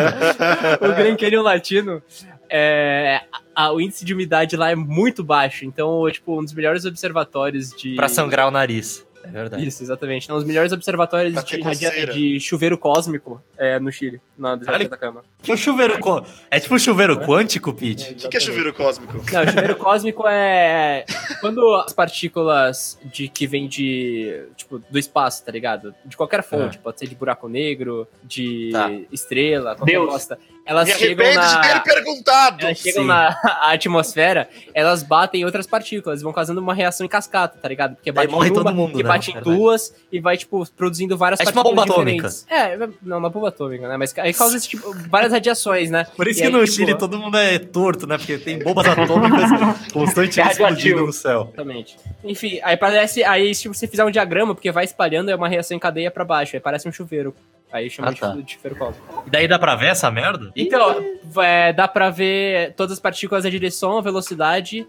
C: o Grand Canyon latino, é, a- a- o índice de umidade lá é muito baixo. Então, é, tipo, um dos melhores observatórios de.
A: Pra sangrar o nariz. É verdade.
C: Isso, exatamente. Então, um dos melhores observatórios
D: Pra ter
C: de, radia-
D: coceira.
C: de chuveiro cósmico é, no Chile, na deserto
A: Caralho.
C: da cama.
A: Que o Tipo chuveiro. co- É tipo um chuveiro quântico, Pete?
D: O que, que é chuveiro cósmico?
C: Não, o chuveiro cósmico é quando as partículas de que vem de tipo do espaço, tá ligado? De qualquer fonte, pode ser de buraco negro, de
A: Ah. Tá.
C: estrela, qualquer
B: Deus.
C: bosta. Elas
D: Me
C: chegam
D: arrependo é de ter
C: na
D: perguntado.
C: elas chegam
A: Sim.
C: na atmosfera, elas batem em outras partículas, vão causando uma reação em cascata, tá ligado? Porque
A: Daí
C: bate
A: morre
C: em uma,
A: todo mundo,
C: que
A: né?
C: bate em
A: Verdade.
C: duas e vai, tipo, produzindo várias
A: É tipo uma bomba
C: atômica. É, não, uma bomba atômica, né? Mas aí causa, tipo, várias radiações, né?
A: Por isso
C: E
A: que
C: aí,
A: no
C: tipo,
A: Chile todo mundo é torto, né? Porque tem bombas atômicas constantemente
B: Radioativo.
A: explodindo no céu.
C: Exatamente. Enfim, aí parece. Aí, se você fizer um diagrama, porque vai espalhando, é uma reação em cadeia pra baixo. Aí parece um chuveiro. Aí chama
A: Ah,
C: de
A: tá.
C: chu- de chuveiro cósmico.
A: E daí dá pra ver essa merda?
C: Então, é, dá pra ver todas as partículas, a direção, a velocidade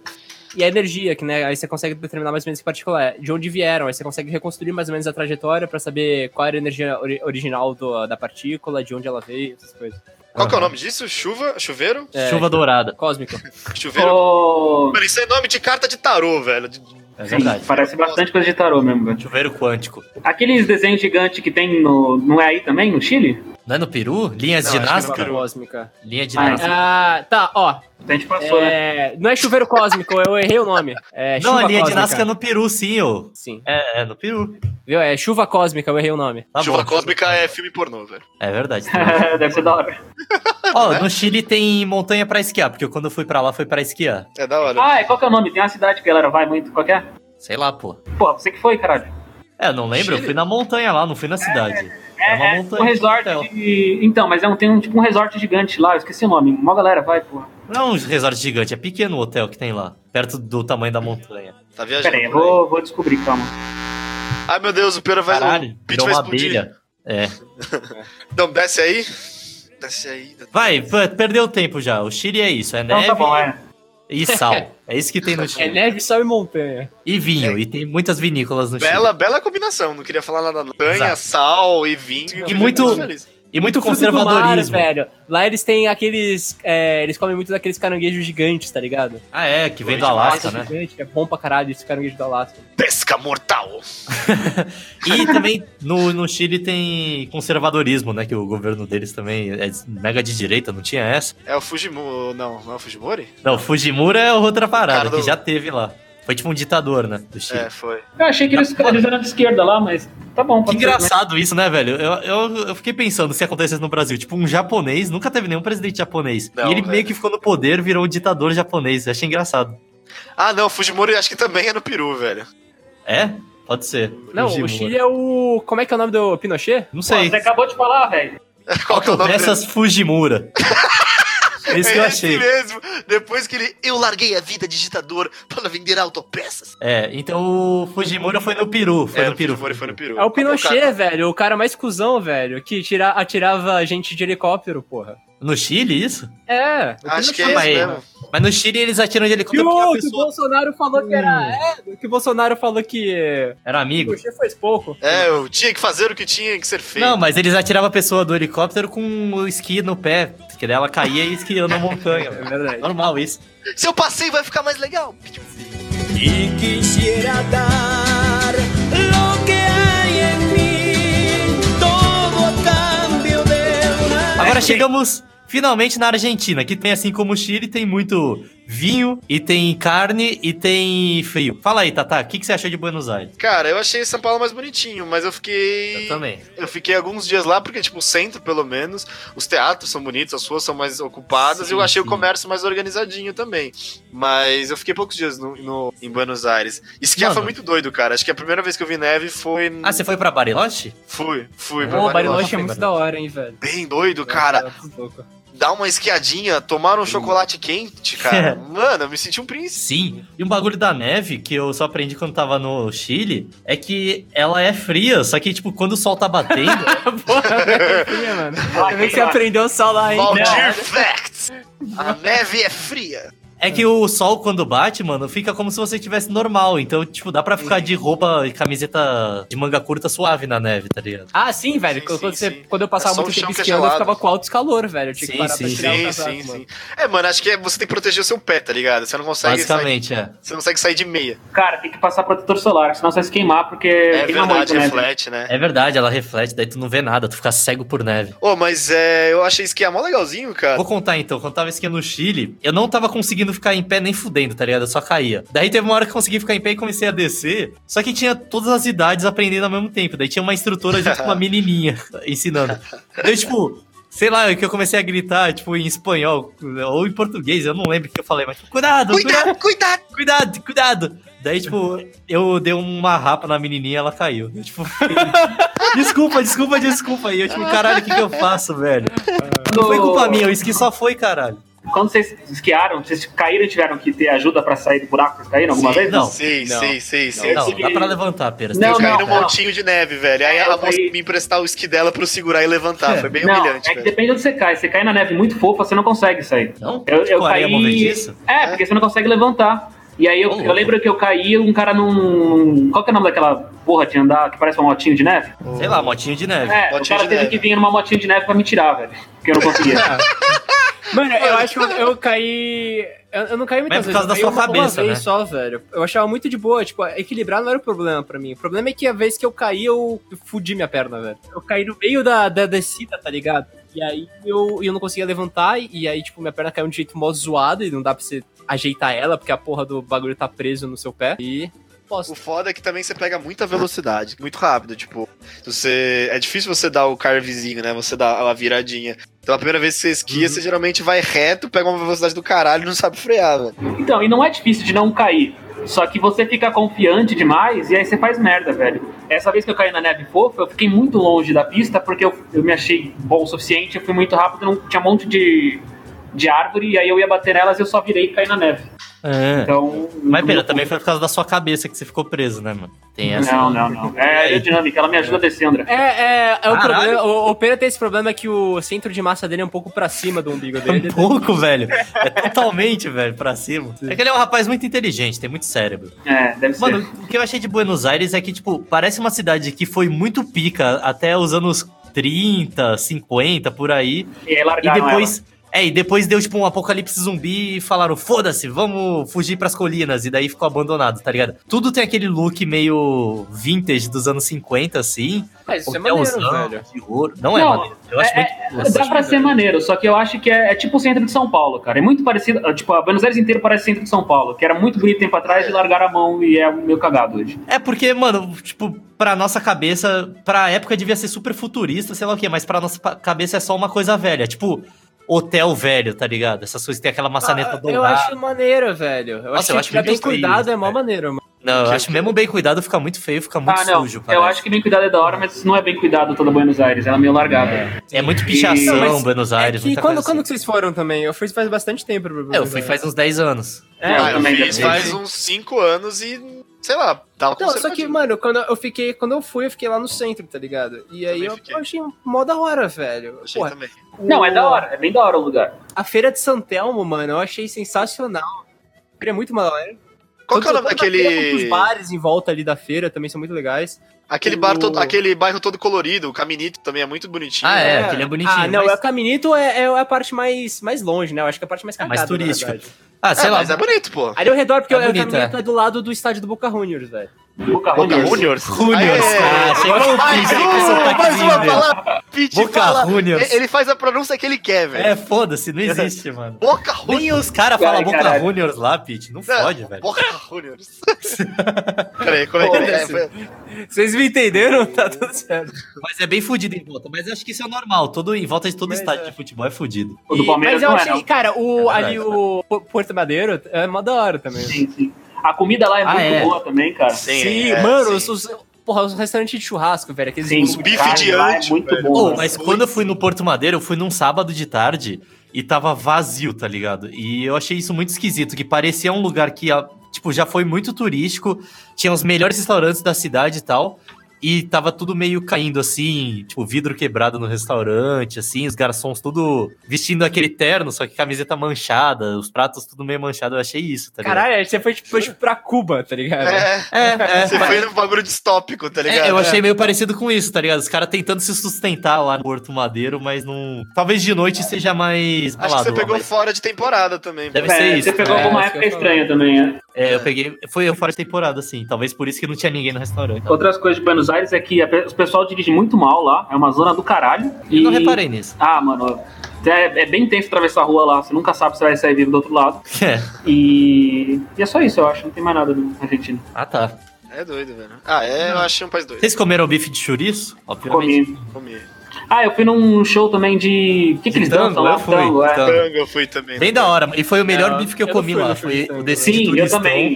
C: e a energia, que né? Aí você consegue determinar mais ou menos que partícula é, de onde vieram. Aí você consegue reconstruir mais ou menos a trajetória pra saber qual era a energia ori- original do- da partícula, de onde ela veio, essas coisas.
D: Qual que é o nome disso? Chuva? Chuveiro?
C: É,
A: Chuva dourada.
C: Cósmica.
D: Chuveiro?
B: Ô,
D: Mano, isso é nome de carta de tarô, velho. De-
A: É
B: Sim,
A: verdade.
B: parece bastante coisa de tarô mesmo, velho.
A: Chuveiro quântico.
B: Aqueles desenhos gigantes que tem no. Não é aí também, no Chile?
A: Não é no Peru? Linhas
D: Não,
A: de
D: acho que é no
A: Nazca?
D: Peru.
C: Cósmica.
A: Linha de
B: Ah,
A: Nazca.
C: Ah, tá, ó.
B: A gente passou, né?
C: É, não é chuveiro cósmico, eu errei o nome. É
A: Não,
C: chuva
A: a linha de
C: cósmica.
A: Nazca é no Peru, sim, ô.
C: Sim.
A: É, é no Peru.
C: Viu? É chuva cósmica, eu errei o nome.
A: Tá
D: Chuva
A: bom.
D: cósmica né? é filme pornô, velho.
A: É verdade.
B: Deve ser da hora.
A: Ó, no Chile tem montanha pra esquiar, porque quando eu fui pra lá foi pra esquiar.
D: É da hora.
B: Ah, é, qual que é o nome? Tem uma cidade que a galera vai muito. Qual que é?
A: Sei lá, pô.
B: Pô, você que foi, caralho.
A: É, eu não lembro, eu fui na montanha lá, não fui na cidade. É, uma
B: É, é
A: montanha.
B: um resort
A: hotel.
B: de... Então, mas é um, tem um, tipo, um resort gigante lá, eu esqueci o nome. Mó galera vai, porra.
A: Não é um resort gigante, é pequeno o hotel que tem lá, perto do tamanho da montanha.
D: Tá viajando.
B: Pera aí, Ah, eu
D: por aí.
B: vou, vou descobrir, calma.
D: Ai, meu Deus, o Pera vai.
A: Caralho,
D: o Pete
A: virou
D: vai
A: uma
D: explodir.
A: abelha. É.
D: Não, desce aí. Desce aí.
A: Vai, p- perdeu tempo já. O Chile é isso, é
B: Então
A: neve
B: tá bom, é.
A: e sal. É isso que tem no
C: É
A: Chile.
C: neve, sal e montanha.
A: E vinho, e tem muitas vinícolas no
D: Bela, bela combinação. Não queria falar nada. Tanha,
A: Exato.
D: sal e vinho.
A: E muito-
D: feliz.
A: E muito
C: Fruto do mar,
A: conservadorismo.
C: velho. Lá eles têm aqueles. é, eles comem muito daqueles caranguejos gigantes, tá ligado?
A: Ah, é, que vem do Alasca, né?
C: Gigante, que é bom pra caralho esse caranguejo do Alasca.
D: Pesca mortal!
A: E também no, no Chile tem conservadorismo, né? Que o governo deles também é mega de direita, não tinha essa.
D: É o Fujimori. Não, não é o Fujimori?
A: Não, Fujimura é outra parada,
D: Cara do-
A: que já teve lá. Foi tipo um ditador, né? Do Chile.
D: É, foi.
B: Eu achei que eles, eles eram de esquerda lá, mas tá bom.
A: Que
B: pode ser, né?
A: engraçado isso, né, velho? Eu, eu, eu fiquei pensando se acontecesse no Brasil. Tipo, um japonês, nunca teve nenhum presidente japonês.
D: Não,
A: e ele
D: velho.
A: meio que ficou no poder, virou um ditador japonês. Eu achei engraçado.
D: Ah, não, o Fujimori acho que também é no Peru, velho.
A: É? Pode ser.
C: Não, o
A: Fujimura.
C: Chile é o. Como é que é o nome do Pinochet?
A: Não
B: Pô,
A: sei.
B: Você acabou de falar, velho.
D: Qual que é o nome
A: Dessas Fujimura. Esse
D: dele?
A: que eu
D: É
A: achei.
D: mesmo. Depois que ele. Eu larguei a vida de ditador para vender autopeças.
A: É, então o Fujimura foi no Peru. Foi
D: é,
A: no Peru.
D: Fujimori foi no Peru.
C: É o Pinochet,
D: cara-
C: velho, o cara mais cuzão, velho, que tira, atirava gente de helicóptero, porra.
A: No Chile, isso?
C: É, o
D: Acho que é
C: Pinochet,
A: Mas-
D: isso
C: mano.
D: mesmo.
A: Mas no Chile eles atiram de
C: Que
A: helicóptero porque
C: o,
A: a
C: que o
A: pessoa
C: Bolsonaro falou que
D: Hum.
C: era. É, que o Bolsonaro falou que.
A: era amigo.
C: Pinochet fez pouco.
D: É, eu tinha que fazer o que tinha que ser feito.
A: Não, mas eles atiravam a pessoa do helicóptero com o esqui no pé, que daí ela caía e esquiando na montanha.
C: É
A: velho.
C: verdade.
A: Normal isso.
D: Seu passeio vai ficar mais legal.
G: Y quisiera dar lo que hay en mí, todo a cambio de una.
A: Agora chegamos finalmente na Argentina, que tem assim como o Chile, tem muito vinho, e tem carne, e tem frio. Fala aí, Tata, o que, que você achou de Buenos Aires?
D: Cara, eu achei São Paulo mais bonitinho, mas eu fiquei.
A: também.
D: Eu fiquei alguns dias lá, porque, tipo, o centro, pelo menos, os teatros são bonitos, as ruas são mais ocupadas,
A: Sim,
D: e eu achei
A: sim.
D: o comércio mais organizadinho também. Mas eu fiquei poucos dias no, no- em Buenos Aires. Esquiar
A: Mano.
D: foi muito doido, cara. Acho que a primeira vez que eu vi neve foi.
A: Ah, você foi pra Bariloche?
D: Fui, fui. pra
C: Pô, o Bariloche
A: Bariloche.
C: é muito da hora, hein, velho.
D: Bem doido, cara.
C: É muito louco.
D: Dar uma esquiadinha, tomar um chocolate quente, cara. Mano, eu me senti um príncipe.
A: Sim. E um bagulho da neve, que eu só aprendi quando tava no Chile, é que ela é fria, só que, tipo, quando o sol tá batendo,
C: Porra,
D: né?
C: velho, mano. Você vê que você aprendeu só lá,
A: Então,
C: hein?
D: Valdir Facts! A neve é fria.
A: É que o sol, quando bate, mano, fica como se você estivesse normal. Então, tipo, dá pra ficar de roupa e camiseta de manga curta suave na neve, tá ligado?
C: Ah, sim, velho.
D: Sim,
C: quando,
D: sim,
C: quando você-
D: sim.
C: quando eu passava
D: É só
C: muito
D: o
C: tempo
D: chão que é
C: esquiando, eu
D: gelado.
C: ficava com altos calor, velho. Eu tinha que
A: Sim,
C: parar pra
A: sim, um
C: tirar o
D: Sim,
C: casaco,
D: sim,
C: mano.
D: sim. É, mano, acho que é- você tem que proteger o seu pé, tá ligado? Você não consegue sair,
A: Basicamente, é.
D: você não consegue sair de meia.
B: Cara, tem que passar protetor solar, senão você vai se queimar, porque
D: É
B: queima
D: verdade,
B: muito, né?
D: reflete, né?
A: É verdade, ela reflete, daí tu não vê nada, tu fica cego por neve.
D: Ô, mas é, eu achei esquiar mó legalzinho, cara.
A: Vou contar então, quando tava esquiando no Chile, eu não tava conseguindo ficar em pé nem fudendo, tá ligado? Eu só caía. Daí teve uma hora que eu consegui ficar em pé e comecei a descer, só que tinha todas as idades aprendendo ao mesmo tempo. Daí tinha uma instrutora junto com uma menininha ensinando. Daí, tipo, sei lá, que eu comecei a gritar, tipo, em espanhol ou em português, eu não lembro o que eu falei, mas tipo, cuidado,
D: Cuidado, cuidado!
A: cuidado, cuidado. Daí, tipo, eu dei uma rapa na menininha e ela caiu. Eu, tipo, fiquei, desculpa, desculpa, desculpa. E eu, tipo, caralho, o que, que eu faço, velho? Não foi culpa minha, o esqui só foi, caralho.
B: Quando vocês esquiaram, vocês caíram e tiveram que ter ajuda pra sair do buraco? Vocês caíram alguma vez?
A: Não,
D: Sei,
C: não,
D: sei, sei, sei.
A: não,
B: consegui.
A: dá pra levantar, Pera.
B: Não,
D: eu caí
B: não,
D: num
B: não. É,
D: montinho de neve, velho. Aí
B: Eu
D: a moça
B: caí-
D: me emprestar o esqui dela pra eu segurar e levantar.
A: É.
D: Foi bem
B: não,
D: humilhante,
B: é que
D: velho.
B: depende de onde você cai. Você cai na neve muito fofa, você não consegue sair.
A: Não?
B: Eu, eu
A: Tipo, areia
B: caí.
A: movediça?
B: É, porque você não consegue levantar. E aí eu,
A: Ô, louco.
B: eu lembro que eu caí um cara num. Qual que é o nome daquela porra de andar que parece um motinho de neve?
A: Sei lá, motinho de neve.
B: É, o
D: Motinho
B: cara
D: de
B: teve
D: neve.
B: que vir numa motinha de neve pra me tirar, velho. Porque eu não conseguia.
C: Mano, eu acho que eu, eu caí. Eu, eu não caí muitas
A: Mas por causa
C: vezes. eu
A: da sua
C: caí uma-
A: cabeça,
C: uma vez
A: né?
C: só, velho. Eu achava muito de boa, tipo, equilibrar não era o problema pra mim. O problema é que a vez que eu caí, eu fudi minha perna, velho. Eu caí no meio da, da descida, tá ligado? E aí eu, eu não conseguia levantar, e aí, tipo, minha perna caiu de um jeito mó zoado, e não dá pra você ajeitar ela, porque a porra do bagulho tá preso no seu pé. E. Posso.
D: O foda é que também você pega muita velocidade, muito rápido, tipo, você é difícil você dar o carvezinho, né? Você dá a viradinha. Então a primeira vez que você esquia,
B: Uhum.
D: você geralmente vai reto, pega uma velocidade do caralho e não sabe frear, velho.
B: Então, e não é difícil de não cair. Só que você fica confiante demais e aí você faz merda, velho. Essa vez que eu caí na neve fofa, eu fiquei muito longe da pista porque eu, eu me achei bom o suficiente, eu fui muito rápido, não tinha um monte de, de árvore, e aí eu ia bater nelas e eu só virei e caí na neve.
A: Ah.
B: Então.
A: Mas pera, também foi por causa da sua cabeça que você ficou preso, né, mano? Tem essa.
B: Não, não, não. É aerodinâmica, ela me ajuda a descer, André.
C: É, é, é o
A: Caralho.
C: problema. O, o Pera tem esse problema que o centro de massa dele é um pouco pra cima do umbigo
A: Um
C: dele.
A: pouco, velho. É totalmente, velho, pra cima. É que ele é um rapaz muito inteligente, tem muito cérebro.
B: É, deve ser.
A: Mano, o que eu achei de Buenos Aires é que, tipo, parece uma cidade que foi muito pica até os anos 30, 50, por aí.
B: E aí
A: E
B: largaram
A: depois. É, e depois deu tipo um apocalipse zumbi e falaram, foda-se, vamos fugir pras colinas. E daí ficou abandonado, tá ligado? Tudo tem aquele look meio vintage dos anos 50, assim.
C: Mas isso é
A: Hotelzão,
C: maneiro, velho.
A: De ouro. Não, é
B: Não,
A: maneiro. Eu acho
B: é-
A: muito.
B: ela.
A: eu acho
B: Dá pra
A: muito
B: ser maneiro, só que eu acho que é, é tipo o centro de São Paulo, cara. É muito parecido. ah, Tipo, a Buenos Aires inteiro parece centro de São Paulo, que era muito bonito tempo atrás e largaram a mão e é meio cagado hoje.
A: É porque, mano, tipo, pra nossa cabeça, pra época devia ser super futurista, sei lá o quê, mas pra nossa pa- cabeça é só uma coisa velha. Tipo, hotel velho, tá ligado? Essas coisas que tem aquela maçaneta
C: Ah, eu
A: dourada.
C: acho maneiro, velho. Eu
A: Nossa,
C: acho
A: eu
C: que
A: acho
C: pra
A: bem
C: bem
A: construído,
C: cuidado é mó
A: velho.
C: maneiro, mano.
A: Não, eu
D: que-
A: acho mesmo bem cuidado, fica muito feio, fica muito
B: ah, não.
A: sujo,
B: eu
A: parece.
B: acho que bem cuidado é da hora, mas não é bem cuidado toda Buenos Aires. Ela é meio largada.
A: É muito pichação,
C: Não, mas
A: Buenos Aires,
C: é que
A: muita
C: quando,
A: coisa
C: quando
A: assim.
C: que vocês foram também? Eu fui faz bastante tempo. né? pra
A: É, eu fui faz uns 10 anos.
B: É,
D: Ah, eu
B: também
D: fiz
B: deve
D: faz
B: ser.
D: uns 5 anos e, sei lá, tava
C: Não, só que,
D: conservadinho.
C: mano, quando eu fiquei, quando eu fui, eu fiquei lá no centro, tá ligado? E aí eu,
D: fiquei.
C: eu achei mó da hora, velho.
D: Achei
C: Porra,
D: também.
B: Não, é
C: o-
B: da hora. É bem da hora o lugar.
C: A feira de Santelmo, mano, eu achei sensacional. Queria muito uma galera.
D: Qual que é o nome
C: Os
D: daquele.
C: bares em volta ali da feira também são muito legais.
D: Aquele,
C: o-
D: bar todo, aquele bairro todo colorido, o Caminito também é muito bonitinho.
A: Ah, é,
C: É.
A: aquele é bonitinho.
C: ah, não,
A: mas-
C: é o Caminito é, é a parte mais, mais longe, né? Eu acho que é a parte mais
A: É
C: cagada,
A: mais
C: na
A: turística.
C: verdade.
A: Ah, sei
D: É,
A: lá.
D: mas é bonito, pô.
C: Ali ao redor, porque
A: É
C: o- o
A: bonito,
C: Caminito
A: é.
C: é. do lado do estádio do Boca Juniors, velho.
B: Boca
D: Boca Juniors.
B: Juniors.
A: Juniors,
D: Aê!
A: cara, chegou o
D: mais
A: Pitch aí com seu
D: uma, mais uma
A: taquezinho,
D: palavra. Pitch
A: Boca
D: fala-
A: Juniors.
D: Ele faz a pronúncia que ele quer, velho.
A: É, foda-se, não existe, mano.
D: Boca Juniors.
A: Nem os caras
B: Ai,
A: falam Boca
B: caralho.
A: Juniors lá, Pete. Não fode,
D: Não,
A: velho.
D: Boca Juniors. Peraí, como é que é?
C: Foda-se.
D: Foi-
C: Vocês me entenderam? Tá tudo certo.
A: Mas é bem fudido em volta. Mas eu acho que isso é normal. Todo, em volta de todo
C: Mas
A: estádio
C: é.
A: de futebol é fudido.
B: O do
C: E-
B: Palmeiras
C: mas eu
B: não é,
C: achei,
B: não.
C: cara, o,
A: É
C: ali
A: verdade.
C: o Po- Porto Madeiro é mó da hora também.
B: Sim, sim. A comida lá é
A: Ah,
B: muito
A: é.
B: boa também, cara.
D: Sim,
C: Sim,
D: é,
C: mano,
D: sim.
C: os, os, porra, os restaurantes de churrasco, velho. Aqueles
B: Sim,
D: Os
B: o
D: bife
B: carne
D: de
B: lá É
D: ante,
B: muito
D: velho.
B: bom.
A: Pô,
B: né?
A: Oh, mas quando eu fui no Porto Madeira, eu fui num sábado de tarde e tava vazio, tá ligado? E eu achei isso muito esquisito, que parecia um lugar que, ah, tipo, já foi muito turístico, tinha os melhores restaurantes da cidade e tal, e tava tudo meio caindo, assim, tipo, vidro quebrado no restaurante, assim, os garçons tudo vestindo aquele terno, só que camiseta manchada, os pratos tudo meio manchado, eu achei isso, tá ligado?
C: Caralho, você foi tipo, foi, tipo, pra Cuba, tá ligado?
D: É,
A: É, é,
D: você foi num bagulho distópico, tá ligado?
A: É, eu achei meio parecido com isso, tá ligado? Os caras tentando se sustentar lá no Porto Madeiro, mas não. Talvez de noite seja mais.
D: Acho que
A: balado
D: você
A: lá,
D: pegou
A: mas-
D: fora de temporada também.
A: Deve
D: pô.
A: ser
B: É,
A: isso,
B: você pegou
C: né?
B: alguma
C: É, isso que eu
B: época
C: ia falar.
B: estranha também, é.
A: É, eu peguei. Foi eu fora de temporada, assim. Talvez por isso que não tinha ninguém no restaurante.
B: Outras coisas de Buenos Aires é que a pe- o pessoal dirige muito mal lá, é uma zona do caralho.
A: Eu
B: e-
A: não reparei nisso.
B: Ah, mano, é, é bem tenso atravessar a rua lá, você nunca sabe se vai sair vivo do outro lado.
A: É.
B: E, e é só isso, eu acho, não tem mais nada na Argentina.
A: Ah, tá.
D: É doido, velho. Ah, é, eu achei um país doido.
A: Vocês comeram bife de chouriço? Obviamente.
B: Comi.
D: Comi.
B: Ah, eu fui num show também de. O que,
A: De
B: que eles
A: tango,
B: dançam
A: eu
B: lá?
A: fui,
B: Tango, é.
A: tango.
D: Frango eu fui também.
A: Bem da hora. E foi o melhor
C: Não,
A: bife que eu,
C: eu não
A: comi
C: fui
A: lá.
C: no
A: Foi
C: chouriço,
A: o desse de
B: Sim, eu
A: turistão.
B: também.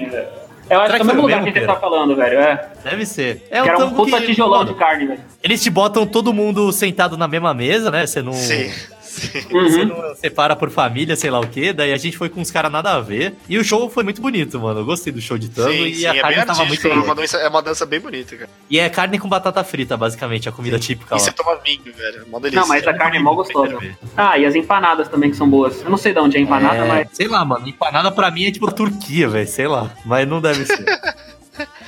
B: Eu acho
A: Será
B: que é
A: que foi
B: o mesmo
A: o
B: lugar
A: mesmo,
B: que a gente
A: Pedro?
B: tá falando, velho. É.
A: Deve ser. É
B: Que era um
A: tango
B: puta
A: que-
B: tijolão
A: mano,
B: de carne, velho.
A: Eles te botam todo mundo sentado na mesma mesa, né? Você não.
D: Sim, sim.
A: Você
B: Uhum.
A: não separa por família, sei lá o que. Daí a gente foi com uns caras nada a ver. E o show foi muito bonito, mano. Eu gostei do show de tango
D: sim,
A: e
D: sim,
A: a
D: é bem
A: carne tava muito
D: artístico. É uma,
A: boa.
D: dança, é uma dança bem bonita, cara.
A: E é carne com batata frita, basicamente, a comida típica
D: E
A: Tá lá.
D: você toma vinho, velho. É Uma delícia.
B: Não, mas a carne é mó gostosa.
A: Quero ver.
B: Ah, e as empanadas também que são boas. Eu não sei de onde é empanada,
A: É,
B: mas.
A: Sei lá, mano. Empanada pra mim é tipo da Turquia, velho. Sei lá. Mas não deve ser.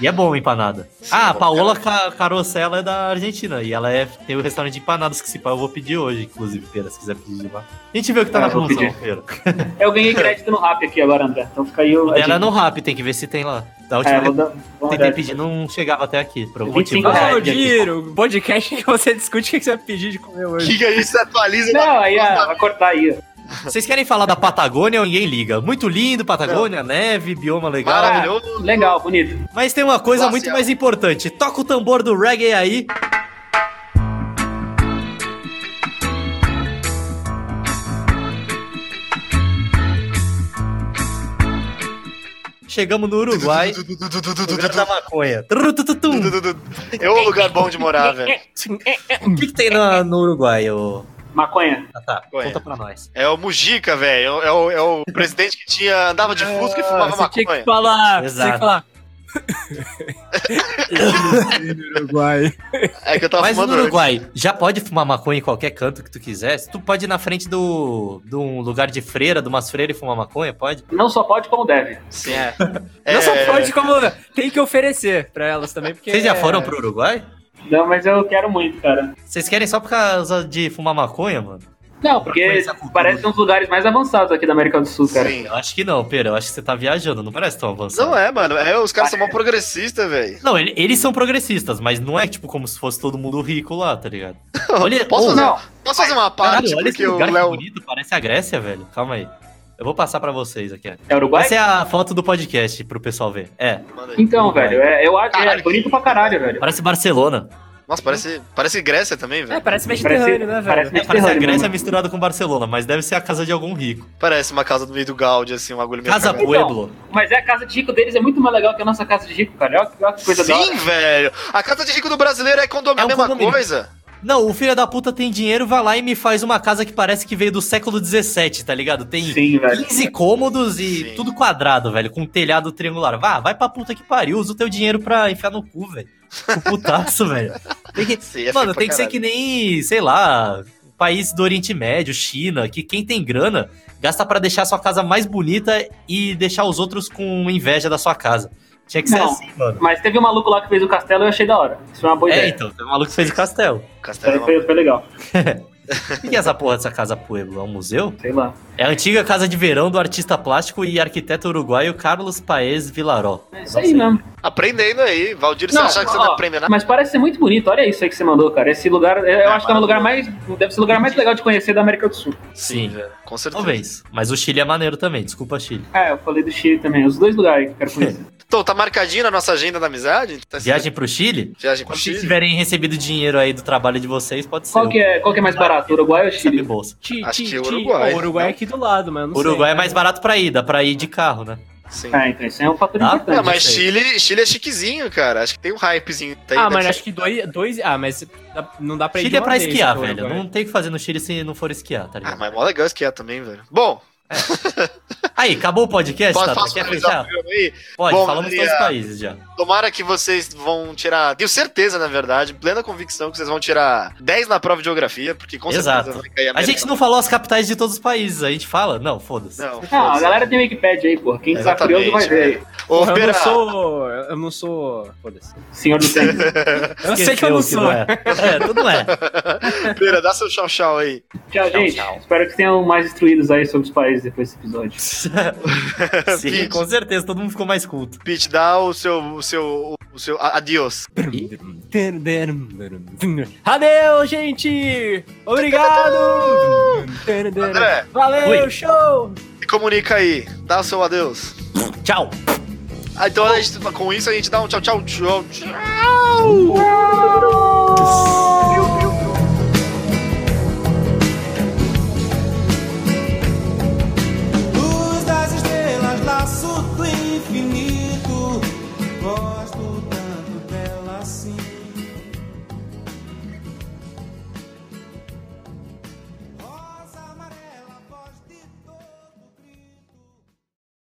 A: E é bom empanada. ah, a
D: bom,
A: Paola Ca Carosella é da Argentina. E ela é, tem o restaurante de empanadas que se pá, eu vou pedir hoje, inclusive, Pera, se quiser pedir de lá. A gente vê o que tá
B: É,
A: na
B: eu vou
A: promoção,
B: pedir.
A: Pera.
B: Eu ganhei crédito no rap aqui agora, André. Então fica aí o. a
A: Ela é
B: dica.
A: no rap, tem que ver se tem lá. Da última
B: É,
A: vez
B: vou dar. É vou
A: Tentei
B: olhar.
A: pedir, não chegava até aqui. Por algum
B: 25
A: motivo.
B: reais.
A: Ah,
C: Ô,
A: eu tinha que-
C: Giro, podcast que você discute o que você vai pedir de comer
D: O
C: hoje.
D: que que a gente se atualiza?
B: Não, aí ah, vai cortar aí. ó.
A: Vocês querem falar da Patagônia ou ninguém liga? Muito lindo, Patagônia, neve, bioma legal.
D: Maravilhoso.
B: Legal, bonito.
A: Mas tem uma coisa
D: Nossa,
A: muito
D: é.
A: mais importante. Toca o tambor do reggae aí. Chegamos no Uruguai, lugar da maconha. Trutututum.
D: É um lugar bom de morar, velho.
A: O que, que tem na- no Uruguai, ô?
B: Maconha.
A: Ah, tá.
D: Maconha.
A: Conta pra nós.
D: É o Mujica, velho. É o, é o presidente que tinha, andava de fusca e
C: Ah,
D: fumava
C: Você tinha que
D: maconha.
C: falar. Você tinha
A: Exato.
C: que falar. Uruguai.
D: É que eu tava
A: Mas no
D: fumando antes.
A: Uruguai, já pode fumar maconha em qualquer canto que tu quiser? Se tu pode ir na frente do, de um lugar de freira, de umas freiras e fumar maconha, pode?
B: Não só pode como deve.
D: Sim.
A: né?
C: Não só
D: É,
C: pode como tem que é? oferecer pra elas também, porque...
A: Vocês já foram pro Uruguai?
B: Não, mas eu quero muito, cara.
A: Vocês querem só por causa de fumar maconha, mano?
B: Não, porque
A: conhecer a cultura.
B: parece um dos lugares mais avançados aqui da América do Sul, cara.
D: Sim.
A: Eu acho que não, Pera. Eu acho que você tá viajando. Não parece tão avançado.
D: Não é, mano. É, os caras são mó progressistas, velho.
A: Não, ele- eles são progressistas, mas não é tipo como se fosse todo mundo rico lá, tá ligado? Olha, ô,
D: Posso fazer,
B: não.
D: posso fazer uma parte?
A: Caralho, olha esse
D: porque o
A: lugar que
D: Léo.
A: bonito, parece a Grécia, velho. Calma aí. Eu vou passar pra vocês aqui. ó.
B: É Uruguai?
A: Essa é a foto do podcast pro pessoal ver. É,
D: Manda aí.
B: Então,
A: Uruguai.
B: velho, é, eu acho é
D: Caralho.
B: bonito pra caralho, velho.
A: parece Barcelona.
D: Nossa, parece, parece Grécia também,
C: É,
D: velho.
C: parece
B: Parece,
C: Mediterrâneo, né,
B: parece
C: velho?
A: É, parece a
B: Mediterrâneo.
A: Grécia
B: mano.
A: misturada com Barcelona, mas deve ser a casa de algum rico.
D: Parece uma casa do meio do Gaudi, assim, um agulho meio
A: Casa
D: cagado.
A: Pueblo.
B: Mas é a casa de rico deles é muito mais legal que a nossa casa de rico, cara. Olha que- olha que coisa da hora.
D: Sim, velho. A casa de rico do brasileiro é condomínio,
A: É
D: a
A: um
D: mesma
A: condomínio.
D: coisa.
A: Não, o filho da puta tem dinheiro, vai lá e me faz uma casa que parece que veio do século XVII, tá ligado? Tem
B: Sim, velho.
A: 15 cômodos e
D: Sim.
A: tudo quadrado, velho, com um telhado triangular. Vá, vai pra puta que pariu, usa o teu dinheiro pra enfiar no cu, velho. Com putaço, velho. Tem que,
D: Sim, é
A: Mano,
D: feio pra
A: tem que ser
D: caralho.
A: que nem, sei lá, país do Oriente Médio, China, que quem tem grana gasta pra deixar a sua casa mais bonita e deixar os outros com inveja da sua casa. Tinha que ser
B: Não.
A: assim, mano.
B: Mas teve um maluco lá que fez o castelo e eu achei da hora. Isso foi uma boa
A: É,
B: ideia.
A: então, o maluco que fez o castelo.
B: Foi,
D: Castelo.
B: foi, foi legal,
A: O que é essa porra dessa casa Pueblo? É um museu?
B: sei lá.
A: É a antiga casa de verão do artista plástico e arquiteto uruguaio Carlos Paes Vilaró.
B: É isso aí mesmo.
D: Aprendendo aí. Valdir, você achar que você
B: ó,
D: não aprende nada?
B: Mas parece ser muito bonito. Olha isso aí que você mandou, cara. Esse lugar, eu acho que é um lugar mais. Deve ser o lugar mais legal de conhecer da América do Sul.
A: Sim,
D: Com certeza.
A: talvez. Mas o Chile é maneiro também, desculpa, Chile.
B: É, eu falei do Chile também. Os dois lugares que eu quero conhecer.
D: Então, tá marcadinho na nossa agenda da amizade? Tá
A: Viagem pro Chile?
D: Viagem pro
A: Quando vocês
D: Chile?
A: tiverem recebido dinheiro aí do trabalho de vocês, pode ser.
B: qual, que é, qual que é mais barato, Uruguai ou
A: Sabe
B: Chile?
A: bolsa.
C: Ti,
D: Acho
C: ti,
D: que é
C: ti.
D: Uruguai.
C: Ó, O Uruguai é aqui do lado, mas eu não
A: Uruguai é
C: sei.
A: mais barato pra ir, dá pra ir de carro, né?
D: Sim.
B: Ah, então isso é um fator
A: Ah,
D: Ah,
B: importante.
D: mas
A: não sei.
D: Chile, Chile é chiquezinho, cara. Acho que tem um hypezinho.
A: é
D: Tá aí,
C: Ah,
D: né?
C: mas acho que dois, dois. Ah, mas dá- não dá pra ir.
A: Chile
C: de
A: é
C: uma
A: pra
C: vez
A: esquiar,
C: pro
A: velho.
C: Uruguai.
A: Não tem o que fazer no Chile se não for esquiar, tá
D: Ah,
A: ligado?
D: mas é mó legal esquiar também, velho. Bom,
A: Aí, acabou o podcast,
D: posso
A: Tata?
D: faço
A: tá, Quer
D: um
A: fechar?
D: desafio aí?
A: Pode,
D: Bom,
A: falamos
D: Maria.
A: todos os países já.
D: Tomara que vocês vão tirar. Tenho certeza, na verdade, plena convicção que vocês vão tirar 10 na prova de geografia, porque com
A: Exato.
D: certeza vai cair
A: A gente não falou as capitais de todos os países, a gente fala? Não, foda-se.
D: Não,
B: Ah, a
D: foda-se.
B: galera tem Wikipedia aí, pô. Quem tá
D: Exatamente,
B: curioso vai ver aí.
D: Ô,
C: Porra, Eu
D: Pera,
C: não sou. Eu não sou. Foda-se.
B: Senhor do Tempo.
C: Eu sei que eu não
A: Esqueceu
C: sou.
A: é. É, tu não é.
D: Pera, dá seu tchau tchau aí.
B: Tchau, gente. Espero que tenham mais instruídos aí sobre os países depois desse episódio.
A: Sim,
D: Pete.
A: com certeza, todo mundo ficou mais culto.
D: Pete, dá o seu. O seu, o seu a- adios.
A: é.
C: Adeus, gente! Obrigado!
D: André.
C: Valeu,
A: Oi.
C: show!
D: Se comunica aí. Dá o seu adeus.
A: Tchau.
D: Ah, então a gente, com isso a gente dá um tchau, tchau, tchau, tchau.
G: Luz das estrelas, laço do infinito.